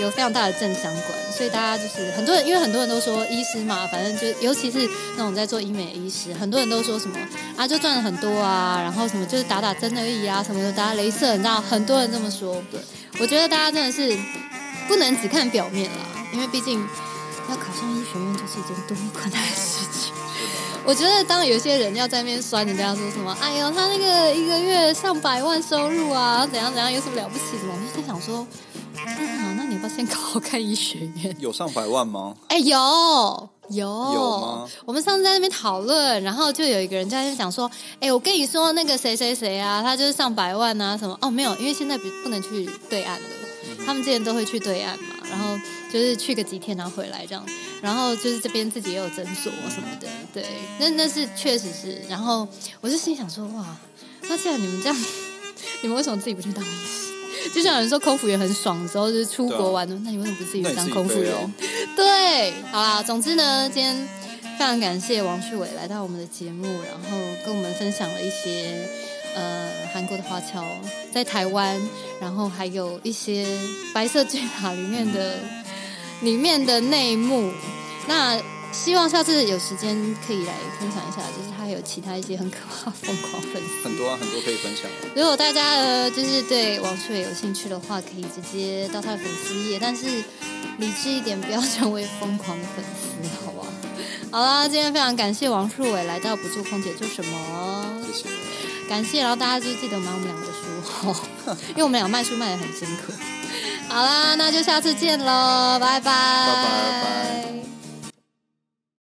Speaker 1: 有非常大的正相关。所以大家就是很多人，因为很多人都说医师嘛，反正就尤其是那种在做医美的医师，很多人都说什么啊就赚了很多啊，然后什么就是打打针而已啊，什么的打打镭射，你知道很多人这么说。
Speaker 2: 对，
Speaker 1: 我觉得大家真的是不能只看表面啦，因为毕竟要考上医学院就是一件多么困难的事情。我觉得当有些人要在那边酸人家说什么，哎呦，他那个一个月上百万收入啊，怎样怎样，有什么了不起的嘛？我就在想说，天啊，那你要不要先 [laughs] 考考看医学院？
Speaker 2: 有上百万吗？
Speaker 1: 哎、有。有
Speaker 2: 有吗
Speaker 1: 我们上次在那边讨论，然后就有一个人在那边讲说：“哎、我跟你说，那个谁谁谁啊，他就是上百万啊，什么哦，没有，因为现在不不能去对岸了，
Speaker 2: 嗯
Speaker 1: 他们之前都会去对岸嘛，然后就是去个几天然后回来这样，然后就是这边自己也有诊所什么的，对，那那是确实是，然后我就心想说：哇，那既然你们这样， [laughs] 你们为什么自己不去当医师？就像有人说空服员很爽的时候，就是出
Speaker 2: 对啊
Speaker 1: 国玩的，那你为什么不自己
Speaker 2: 那
Speaker 1: 去
Speaker 2: 你自
Speaker 1: 当
Speaker 2: 己
Speaker 1: 空服
Speaker 2: 飞
Speaker 1: 员？
Speaker 2: 哦。
Speaker 1: 对，好啦，总之呢，今天非常感谢王旭伟来到我们的节目，然后跟我们分享了一些呃韩国的华侨在台湾，然后还有一些白色巨塔里面的里面的内幕。那希望下次有时间可以来分享一下，就是他还有其他一些很可怕的疯狂粉丝。
Speaker 2: 很多啊，很多可以分享。
Speaker 1: 如果大家呃就是对王世伟有兴趣的话，可以直接到他的粉丝页，但是理智一点，不要成为疯狂粉丝，好 [laughs] 不好？好啦，今天非常感谢王世伟来到不做空姐做什么，
Speaker 2: 谢谢。
Speaker 1: 感谢，然后大家就记得买我们两个书，哦，因为我们俩卖书卖的很辛苦。好啦，那就下次见喽，拜拜，
Speaker 2: 拜拜拜
Speaker 1: 拜。